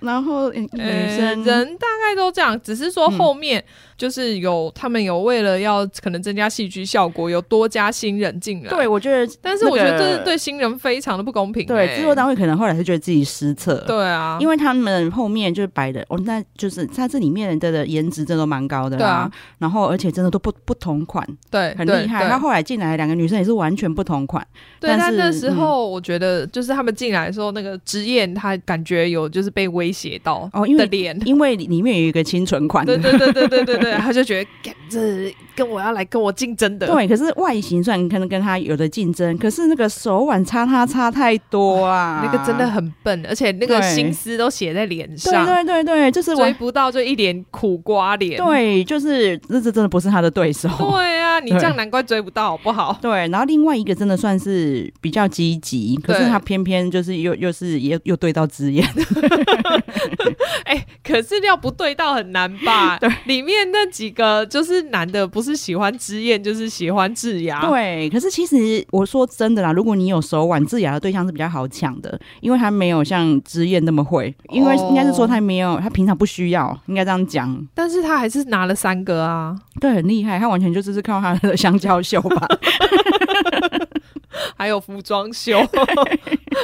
Speaker 2: 然后嗯女生、
Speaker 1: 呃人大概都这样，只是说后面就是有、他们有为了要可能增加戏剧效果，有多加新人进来。
Speaker 2: 对，我觉得
Speaker 1: 但是我觉得
Speaker 2: 那
Speaker 1: 这
Speaker 2: 个
Speaker 1: 是对新人非常的不公平、欸。
Speaker 2: 对制作单位可能后来是觉得自己失策，
Speaker 1: 对啊，
Speaker 2: 因
Speaker 1: 为
Speaker 2: 为他们后面就是摆的哦，那就是它这里面的的颜值真的都蛮高的
Speaker 1: 对啊
Speaker 2: 啦，然后而且真的都不不同款，
Speaker 1: 对
Speaker 2: 很
Speaker 1: 对
Speaker 2: 厉害。
Speaker 1: 对
Speaker 2: 他后来进来的两个女生也是完全不同款，
Speaker 1: 对，
Speaker 2: 但
Speaker 1: 但嗯
Speaker 2: 是
Speaker 1: 那时候我觉得，就是他们进来的时候，那个职业他感觉有就是被威胁到
Speaker 2: 哦因为
Speaker 1: 的脸。
Speaker 2: 因为里里面有一个清纯款的
Speaker 1: 对。对对对对对对，他就觉得，干这跟我要来跟我竞争的，
Speaker 2: 对，可是外形虽然可能跟他有的竞争，可是那个手腕差他差太多啊，
Speaker 1: 那个真的很笨，而且那个
Speaker 2: 对
Speaker 1: 心思都写在脸
Speaker 2: 对
Speaker 1: 上，
Speaker 2: 对对对，就是
Speaker 1: 追
Speaker 2: 完
Speaker 1: 不到就一脸苦瓜脸。
Speaker 2: 对，就是那这真的不是他的对手。
Speaker 1: 对啊，你
Speaker 2: 对
Speaker 1: 这样难怪追不到，好不好？
Speaker 2: 对，然后另外一个真的算是比较积极，可是
Speaker 1: 对
Speaker 2: 他偏偏就是又又是也又对到之眼，
Speaker 1: 哎、可是要不对到很难吧？对，里面那几个就是男的，不是喜欢之燕，就是喜欢智雅。
Speaker 2: 对，可是其实我说真的啦，如果你有手腕，智雅的对象是比较好抢的，因为他没有像之燕那么会，因为应该是说他没有，他平常不需要，应该这样讲。
Speaker 1: 但是他还是拿了三个啊，
Speaker 2: 对，很厉害，他完全就只是靠他的香蕉秀吧。
Speaker 1: 还有服装秀，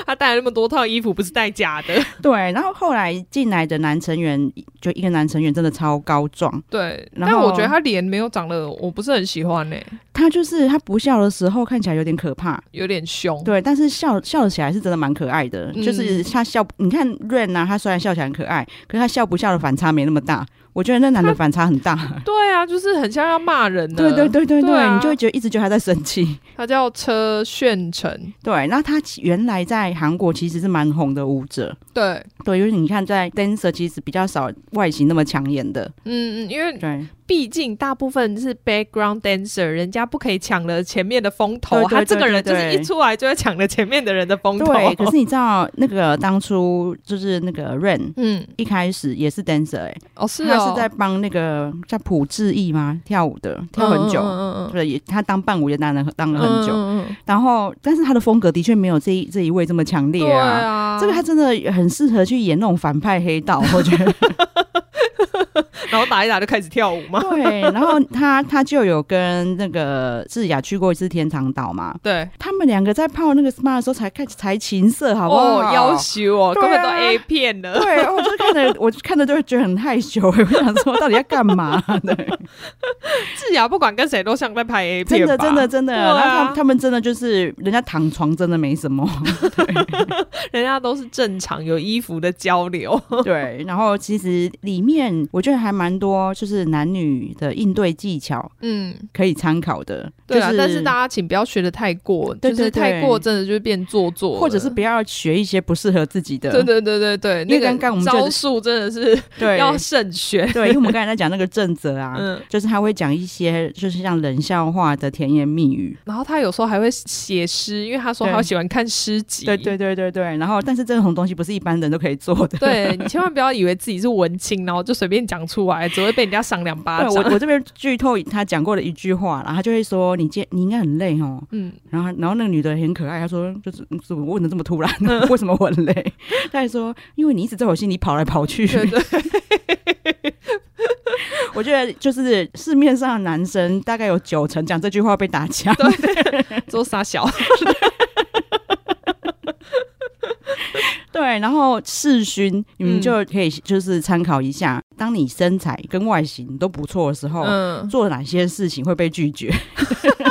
Speaker 1: 他带了那么多套衣服，不是带假的。
Speaker 2: 对，然后后来进来的男成员，就一个男成员真的超高壮，
Speaker 1: 对，
Speaker 2: 然
Speaker 1: 但
Speaker 2: 后
Speaker 1: 我觉得他脸没有长得，我不是很喜欢呢、
Speaker 2: 他就是他不笑的时候看起来有点可怕，
Speaker 1: 有点凶。
Speaker 2: 对，但是笑笑起来是真的蛮可爱的，
Speaker 1: 嗯
Speaker 2: 就是他笑，你看 Rain 啊，他虽然笑起来很可爱，可是他笑不笑的反差没那么大，我觉得那男的反差很大，
Speaker 1: 对啊，就是很像要骂人的。
Speaker 2: 对对，对对对，
Speaker 1: 对啊
Speaker 2: 你就会觉得一直觉得他在生气，
Speaker 1: 他叫车炫成。
Speaker 2: 对，那他其原来在韩国其实是蛮红的舞者。
Speaker 1: 对，
Speaker 2: 对，因为你看，在 dancer 其实比较少外形那么抢眼的，
Speaker 1: 嗯嗯，因为
Speaker 2: 对，
Speaker 1: 毕竟大部分是 background dancer，人家不可以抢了前面的风头，
Speaker 2: 对对
Speaker 1: 他这个人
Speaker 2: 对
Speaker 1: 就
Speaker 2: 对
Speaker 1: 是一出来就会抢了前面的人的风头。
Speaker 2: 对。可是你知道，那个当初就是那个 Rain
Speaker 1: 嗯，
Speaker 2: 一开始也是 dancer，哎、
Speaker 1: 哦是
Speaker 2: 他
Speaker 1: 哦，
Speaker 2: 是在帮那个叫朴智毅吗？跳舞的，跳很久，
Speaker 1: 嗯嗯嗯嗯
Speaker 2: 对，也他当伴舞也当了当了很久，
Speaker 1: 嗯嗯嗯
Speaker 2: 然后但是他的风格的确没有这一这一位这么强烈
Speaker 1: 对
Speaker 2: 啊。
Speaker 1: 啊，
Speaker 2: 这个他真的很适合去演那种反派黑道，我觉得。
Speaker 3: 然后打一打就开始跳舞 嘛。
Speaker 2: 对，然后他他就有跟那个智雅去过一次天堂岛嘛，
Speaker 1: 对，
Speaker 2: 他们两个在泡那个 SPA 的时候才看才琴瑟，好不好？
Speaker 3: 哦，要羞哦，
Speaker 2: 对
Speaker 3: 根本
Speaker 2: 啊
Speaker 3: 都 A 片了。
Speaker 2: 对，我就看着，我就看着就会觉得很害羞、我想说，到底要干嘛？对，
Speaker 3: 智雅不管跟谁都像在拍 A
Speaker 2: 真
Speaker 3: 片吧，
Speaker 2: 的，真的，真的。
Speaker 3: 对
Speaker 2: 然后他
Speaker 3: 啊
Speaker 2: 们，他们真的就是，人家躺床真的没什么。
Speaker 3: 人家都是正常有衣服的交流。
Speaker 2: 对，然后其实里面我觉得还蛮多，就是男女的应对技巧
Speaker 1: 嗯，
Speaker 2: 可以参考的。
Speaker 1: 对啊，
Speaker 2: 就是、
Speaker 1: 但是大家请不要学的太过，
Speaker 2: 对
Speaker 1: 就是
Speaker 2: 对对
Speaker 1: 太过真的就是变做作了，
Speaker 2: 或者是不要学一些不适合自己的。
Speaker 1: 对对对对对，
Speaker 2: 因为
Speaker 1: 那个
Speaker 2: 刚刚我们就
Speaker 3: 招数真的是
Speaker 2: 对
Speaker 3: 要慎选。
Speaker 2: 对，因为我们刚才在讲那个正则啊。
Speaker 3: 嗯，
Speaker 2: 就是他会讲一些就是像冷笑话的甜言蜜语，
Speaker 1: 然后他有时候还会写诗，因为他说
Speaker 2: 对
Speaker 1: 他喜欢看诗集。
Speaker 2: 对对对对对，然后但是这种东西不是一般人都可以做的，
Speaker 1: 对，你千万不要以为自己是文青，然后就随便讲出 来，只会被人家赏两巴
Speaker 2: 对我
Speaker 1: 掌。
Speaker 2: 我这边啊 剧透他讲过的一句话啦，他就会说你今你应该很累哦，
Speaker 1: 嗯，
Speaker 2: 然后然后那个女的很可爱，她说就是嗯怎么问的这么突然， 为什么我很累？她还说因为你一直在我心里跑来跑去。
Speaker 1: 对对
Speaker 2: 我觉得就是市面上的男生大概有九成讲这句话被打枪，
Speaker 1: 做傻 小，
Speaker 2: 对，然后世勋你们
Speaker 1: 嗯
Speaker 2: 就可以就是参考一下，当你身材跟外形都不错的时候。
Speaker 1: 嗯，
Speaker 2: 做哪些事情会被拒绝？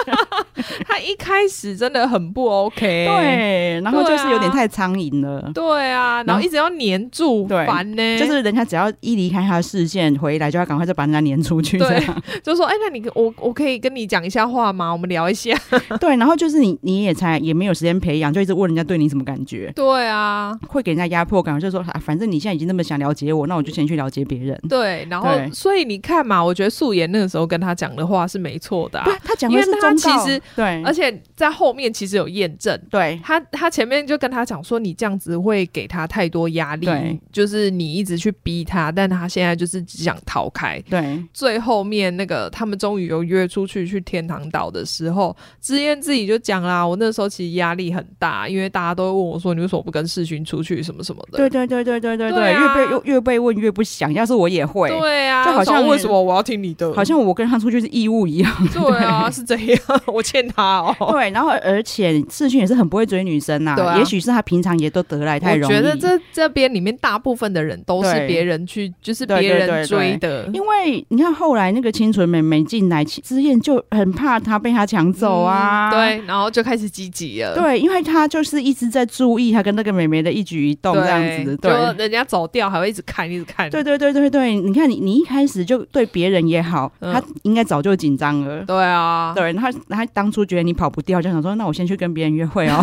Speaker 1: 他一开始真的很不 OK。。
Speaker 2: 对，然后就是有点
Speaker 1: 对啊
Speaker 2: 太苍蝇了。
Speaker 1: 对啊，然后一直要黏住，
Speaker 2: 对
Speaker 1: 烦呢、
Speaker 2: 就是人家只要一离开他的视线，回来就要赶快再把人家撵出去，
Speaker 1: 对
Speaker 2: 这样
Speaker 1: 就说，哎、那你我我可以跟你讲一下话吗？我们聊一下。
Speaker 2: 对。然后就是你你也才也没有时间培养，就一直问人家对你什么感觉，
Speaker 1: 对啊，
Speaker 2: 会给人家压迫感，就说、啊、反正你现在已经那么想了解我，那我就先去了解别人。
Speaker 1: 对，然后
Speaker 2: 对
Speaker 1: 所以你看嘛，我觉得素颜那个时候跟他讲的话是没错的、啊
Speaker 2: 对，，他讲的是
Speaker 1: 因为
Speaker 2: 忠
Speaker 1: 他
Speaker 2: 告，
Speaker 1: 其实
Speaker 2: 对，
Speaker 1: 而且在后面其实有验证。
Speaker 2: 对
Speaker 1: 他他前面就跟他讲说，你这样子会给他太多压力
Speaker 2: 对，
Speaker 1: 就是你一直去逼他，但他现在就是只想逃开。
Speaker 2: 对
Speaker 1: 最后面那个他们终于有约出去去天堂岛的时候，知燕自己就讲啦，我那时候其实压力很大，因为大家都会问我说，你为什么不跟世勋出去什么什么的。
Speaker 2: 对对对对对对
Speaker 1: 对
Speaker 2: 越
Speaker 1: 啊
Speaker 2: 被越越被问越不想，要是我也会。
Speaker 1: 对啊，
Speaker 2: 就好像
Speaker 1: 我想为什么我要听你的？
Speaker 2: 好像我跟他出去是义务一 样，
Speaker 1: 对啊，是这样，我欠他哦。
Speaker 2: 对。然后，而且世勋也是很不会追女生呐、
Speaker 1: 对啊
Speaker 2: 也许是他平常也都得来 太
Speaker 1: 我
Speaker 2: 容易。
Speaker 1: 觉得这这边里面大部分的人都
Speaker 2: 对
Speaker 1: 是别人去，就是
Speaker 2: 对
Speaker 1: 别
Speaker 2: 对对
Speaker 1: 人追
Speaker 2: 对
Speaker 1: 的。
Speaker 2: 因为你看后来那个清纯妹妹进来，之燕就很怕她被她抢走啊、
Speaker 1: 嗯。对，然后就开始积极了，
Speaker 2: 对，因为她就是一直在注意她跟那个妹妹的一举一动这样子的，
Speaker 1: 就
Speaker 2: 对。
Speaker 1: 人家走掉还会一直看，一直看，
Speaker 2: 对对对对对，你看你你一开始就对别人也好，
Speaker 1: 嗯
Speaker 2: 她应该早就紧张了。
Speaker 1: 对啊，
Speaker 2: 对，她她当初觉得你跑不掉，就想说那我先去跟别人约 会哦。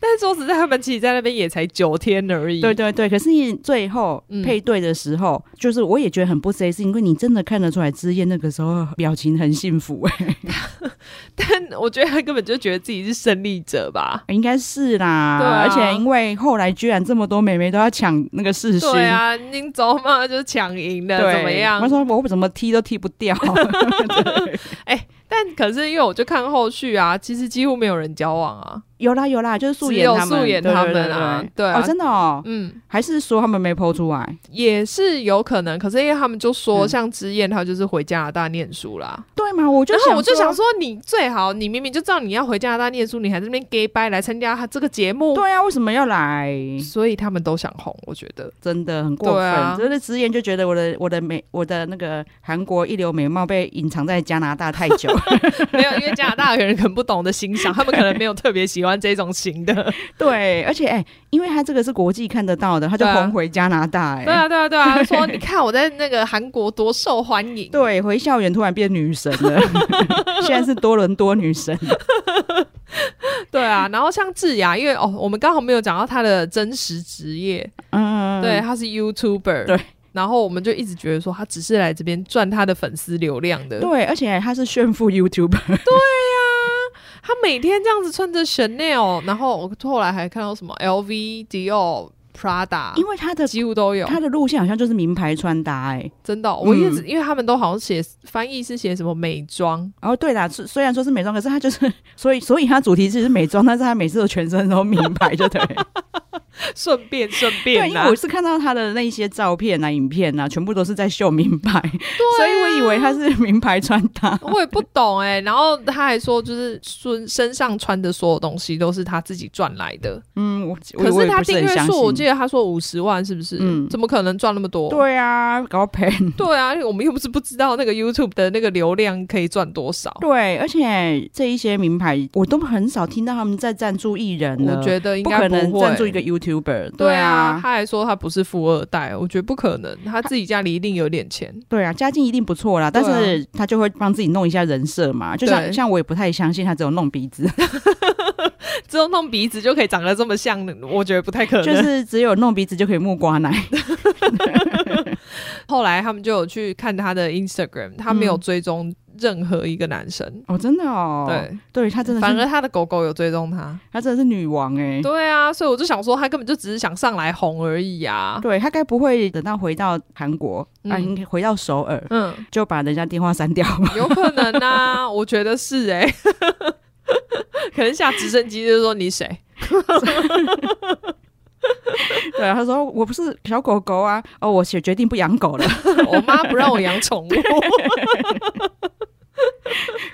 Speaker 1: 但是说实在，他们其实在那边也才九天而已，
Speaker 2: 对对对，可是你最后
Speaker 1: 嗯
Speaker 2: 配对的时候，就是我也觉得很不 C 是因为你真的看得出来，之燕那个时候表情很幸福哎、
Speaker 1: 但我觉得他根本就觉得自己是胜利者吧。
Speaker 2: 应该是啦，
Speaker 1: 对啊
Speaker 2: 而且因为后来居然这么多妹妹都要抢那个世勋，
Speaker 1: 对啊，宁走嘛就抢赢了，
Speaker 2: 对，
Speaker 1: 怎么样
Speaker 2: 我？说我怎么踢都踢不 掉，
Speaker 1: 但可是因为我就看后续啊，其实几乎没有人交往啊。
Speaker 2: 有啦有啦，就是素颜
Speaker 1: 只有
Speaker 2: 他们，
Speaker 1: 素颜
Speaker 2: 对
Speaker 1: 他们啊
Speaker 2: 对
Speaker 1: 对啊
Speaker 2: 哦真的哦，
Speaker 1: 嗯，
Speaker 2: 还是说他们没剖出来？
Speaker 1: 也是有可能，可是因为他们就说，
Speaker 2: 嗯
Speaker 1: 像之燕，他就是回加拿大念书啦。
Speaker 2: 对吗？我就
Speaker 1: 然后我就想
Speaker 2: 说，
Speaker 1: 说，你最好你明明就知道你要回加拿大念书，你还在那边 gay 拜来参加他这个节目，嗯
Speaker 2: 对啊，为什么要来？
Speaker 1: 所以他们都想红，我觉 得。
Speaker 2: 真的很过
Speaker 1: 对啊
Speaker 2: 分，就是直言就觉得我的我的美我的那个韩国一流美貌被隐藏在加拿大太 久，
Speaker 1: 没有，因为加拿大的人可能不懂得欣赏，他们可能没有特别喜欢这种型的。
Speaker 2: 对，而且哎、因为他这个是国际看得到的，他就
Speaker 1: 对啊
Speaker 2: 红回加拿大、 哎、
Speaker 1: 对啊，对啊，对啊，说你看我在那个韩国多受欢迎。
Speaker 2: 对，回校园突然变女神 了，现在是多伦多女神。
Speaker 1: 对啊，然后像智雅，因为哦，我们刚好没有讲到她的真实职业，
Speaker 2: 嗯，
Speaker 1: 对，她是 YouTuber。
Speaker 2: 对。
Speaker 1: 然后我们就一直觉得说，她只是来这边赚她的粉丝流量的。
Speaker 2: 对，而且她是炫 富 YouTuber，
Speaker 1: 他每天这样子穿着 Chanel，然后我后来还看到什么 LV、Dior、Prada，
Speaker 2: 因为她的
Speaker 1: 几乎都有。
Speaker 2: 她的路线好像就是名牌穿搭、哎，
Speaker 1: 真的哦，我一
Speaker 2: 嗯
Speaker 1: 直、因为他们都好像写翻译是写什么美妆，
Speaker 2: 然哦后对啦，虽虽然说是美妆，可是她就是，所以所以她主题其实是美妆，但是她每次都全身都名牌，就对了。
Speaker 1: 顺 便顺
Speaker 2: 对，
Speaker 1: 便
Speaker 2: 因
Speaker 1: 啦、
Speaker 2: 为我是看到他的那些照片啊、影片啊，全部都是在秀名牌，
Speaker 1: 啊
Speaker 2: 所以我以为他是名牌穿搭。
Speaker 1: 我也不懂哎、然后他还说，就是身身上穿的所有东西都是他自己赚来的。
Speaker 2: 嗯，我我
Speaker 1: 可
Speaker 2: 我
Speaker 1: 是
Speaker 2: 也
Speaker 1: 他
Speaker 2: 不
Speaker 1: 订
Speaker 2: 很
Speaker 1: 阅
Speaker 2: 相
Speaker 1: 数，我
Speaker 2: 信
Speaker 1: 记得他说五十万，是不是？
Speaker 2: 嗯
Speaker 1: 怎么可能赚那么多？
Speaker 2: 对啊，搞赔。
Speaker 1: 对啊，我们又不是不知道那个 YouTube 的那个流量可以赚多少。
Speaker 2: 对，而且这一些名牌，我都很少听到他们在赞助艺人了
Speaker 1: 我觉得应
Speaker 2: 不
Speaker 1: 该
Speaker 2: 可
Speaker 1: 不
Speaker 2: 能
Speaker 1: 会
Speaker 2: 赞助一个 YouTuber。
Speaker 1: 对啊，
Speaker 2: 啊，
Speaker 1: 他还说他不是富二代，我觉得不可能，他自己家里一定有点钱。
Speaker 2: 对啊，家境一定不错啦，
Speaker 1: 对
Speaker 2: 但
Speaker 1: 啊
Speaker 2: 是他就会帮自己弄一下人设嘛。就像
Speaker 1: 对
Speaker 2: 像我也不太相信他只有弄鼻 子，
Speaker 1: 只有弄鼻子就可以长得这么像，我觉得不太可能。
Speaker 2: 就是只有弄鼻子就可以木瓜奶。
Speaker 1: 后来他们就有去看他的 Instagram，他没有追踪任何一个男生，
Speaker 2: 哦，真的嗯哦，
Speaker 1: 对，
Speaker 2: 对，他真的
Speaker 1: 反
Speaker 2: 是
Speaker 1: 而他的狗狗有追踪他。
Speaker 2: 他真的是女王哎、
Speaker 1: 对啊，所以我就想说，他根本就只是想上来红而已啊。
Speaker 2: 对他该不会等到回到韩国，
Speaker 1: 嗯
Speaker 2: 啊，应该回到首尔
Speaker 1: 嗯，
Speaker 2: 就把人家电话删掉吧？
Speaker 1: 有可能啊，我觉得是哎、 可能下直升机就说你谁？
Speaker 2: 对，他说我不是小狗狗啊，哦，我决决定不养狗了。
Speaker 1: 我妈不让我养宠物。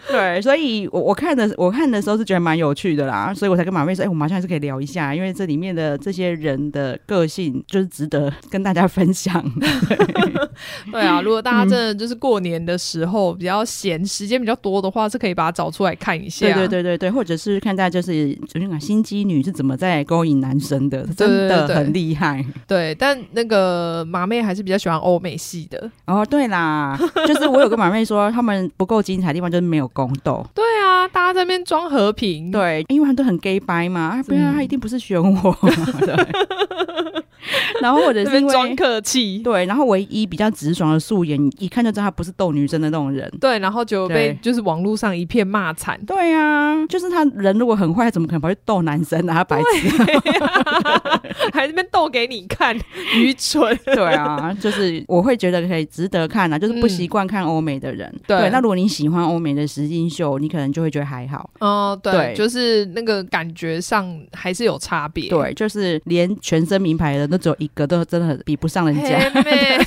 Speaker 2: 对，所以我我看的我看的时候是觉得蛮有趣的啦，所以我才跟马妹说，哎、我们好像还是可以聊一下，因为这里面的这些人的个性就是值得跟大家分 享。
Speaker 1: 对啊，如果大家真的就是过年的时候比较闲，时间比较多的话，是可以把它找出来看一下。
Speaker 2: 对对对对对，或者是看大家就是嗯就是讲心机女是怎么在勾引男生的，
Speaker 1: 对
Speaker 2: 真的
Speaker 1: 对对
Speaker 2: 很厉 害。
Speaker 1: 对，但那个马妹还是比较喜欢欧美系的。
Speaker 2: 哦，对啦，就是我有跟马妹说，他们不够精彩的地方就是没有宫斗。
Speaker 1: 对啊，大家在那边装和平。
Speaker 2: 对，因为他都很 gay 掰嘛，啊，不
Speaker 1: 嗯
Speaker 2: 然他一定不是 选我。对，然后或者
Speaker 1: 在那
Speaker 2: 是因
Speaker 1: 边装
Speaker 2: 为
Speaker 1: 客气，
Speaker 2: 对，然后唯一比较直爽的素颜，一看就知道他不是逗女生的那种人。
Speaker 1: 对，然后就被
Speaker 2: 对
Speaker 1: 就是网络上一片骂惨。
Speaker 2: 对啊，就是他人如果很坏，怎么可能跑去逗男生啊？他白痴。
Speaker 1: 还在那边逗给你看，愚蠢。
Speaker 2: 对啊，就是我会觉得可以值得看啊，就是不
Speaker 1: 嗯
Speaker 2: 习惯看欧美的人。
Speaker 1: 对
Speaker 2: 对，那如果你喜欢欧美的实境秀，你可能就会觉得还好。
Speaker 1: 哦，对，
Speaker 2: 对
Speaker 1: 就是那个感觉上还是有差别。
Speaker 2: 对，就是连全身名牌的人都只有一个，都真的很比不上人家。
Speaker 1: 嘿 妹，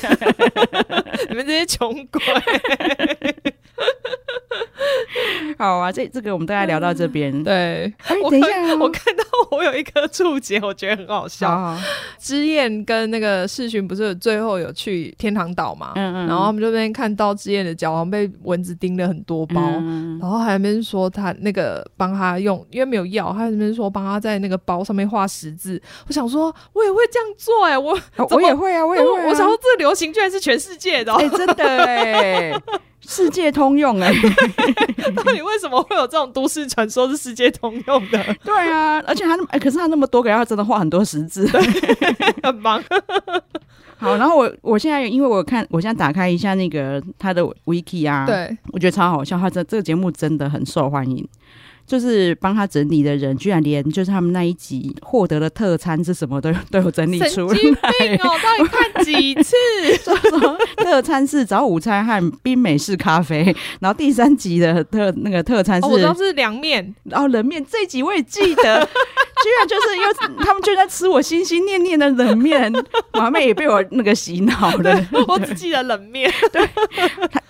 Speaker 1: 你们这些穷鬼。
Speaker 2: 好啊，这这个我们大概聊到这边。
Speaker 1: 对，
Speaker 2: 哎，
Speaker 1: 嗯我
Speaker 2: 等一
Speaker 1: 看
Speaker 2: 下啊，
Speaker 1: 我看到我有一颗触觉，我觉得很好笑。
Speaker 2: 好好
Speaker 1: 知燕跟那个世勋不是最后有去天堂岛嘛？
Speaker 2: 嗯嗯，
Speaker 1: 然后他们就那边看到知燕的脚好像被蚊子叮了很多包，
Speaker 2: 嗯
Speaker 1: 然后还在那边说他那个帮他用，因为没有药，他在那边说帮他在那个包上面画十字。我想说，我也会这样做哎、我
Speaker 2: 哦
Speaker 1: 怎
Speaker 2: 我
Speaker 1: 么
Speaker 2: 也会啊，我也会啊。
Speaker 1: 我想说，这流行居然是全世界的、哦
Speaker 2: 哎、，真的哎、 世界通用哎、
Speaker 1: 到底为什么会有这种都市传说是世界通用的？
Speaker 2: 对啊，而且他那么，哎、可是他那么多个，他真的画很多十字。
Speaker 1: 很忙， 啊
Speaker 2: 好，然后我我现在因为我看，我现在打开一下那个他的 wiki 啊，，
Speaker 1: 对，
Speaker 2: 我觉得超好笑，他这这个节目真的很受欢迎。就是帮他整理的人，居然连就是他们那一集获得的特餐是什么都有 都有整理
Speaker 1: 神
Speaker 2: 出
Speaker 1: 经
Speaker 2: 来。
Speaker 1: 病哦，到底看几 次？
Speaker 2: 就说 特餐是早午餐和冰美式咖啡，然后第三集的特那个特餐是
Speaker 1: 哦，我知道是凉面，
Speaker 2: 然后冷面这一集我也记得， 居然就是因为他们就在吃我心心念念的冷面，马妹也被我那个洗脑了。
Speaker 1: 我只记得冷面。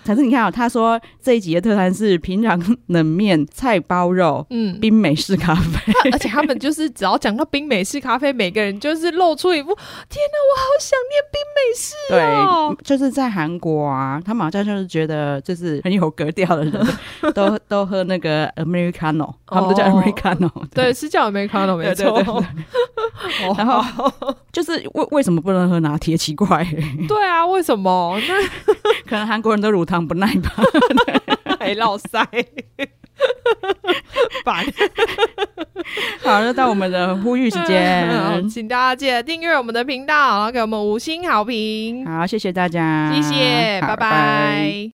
Speaker 2: 可是你看啊、他说这一集的特餐是平常冷面、菜包肉、
Speaker 1: 嗯，
Speaker 2: 冰美式咖啡，
Speaker 1: 而 且他们就是只要讲到冰美式咖啡，每个人就是露出一副天哪，我好想念冰美式哦。
Speaker 2: 对，就是在韩国啊，他们好像就是觉得就是很有格调的 人，都都喝那个 Americano，他们都叫
Speaker 1: 哦
Speaker 2: Americano，、
Speaker 1: 对，是叫 Americano 没错。
Speaker 2: 对对
Speaker 1: 哦
Speaker 2: 然后就是为为什么不能喝拿铁？奇怪、
Speaker 1: 对啊，为什么？那
Speaker 2: 可能韩国人都乳糖不耐吧。
Speaker 1: 还落腮，烦。
Speaker 2: 好，那到我们的呼吁时间
Speaker 1: 嗯，请大家记得订阅我们的频道，然后给我们五星好评，
Speaker 2: 啊好，谢谢大家，
Speaker 1: 谢谢，
Speaker 2: 好
Speaker 1: 拜拜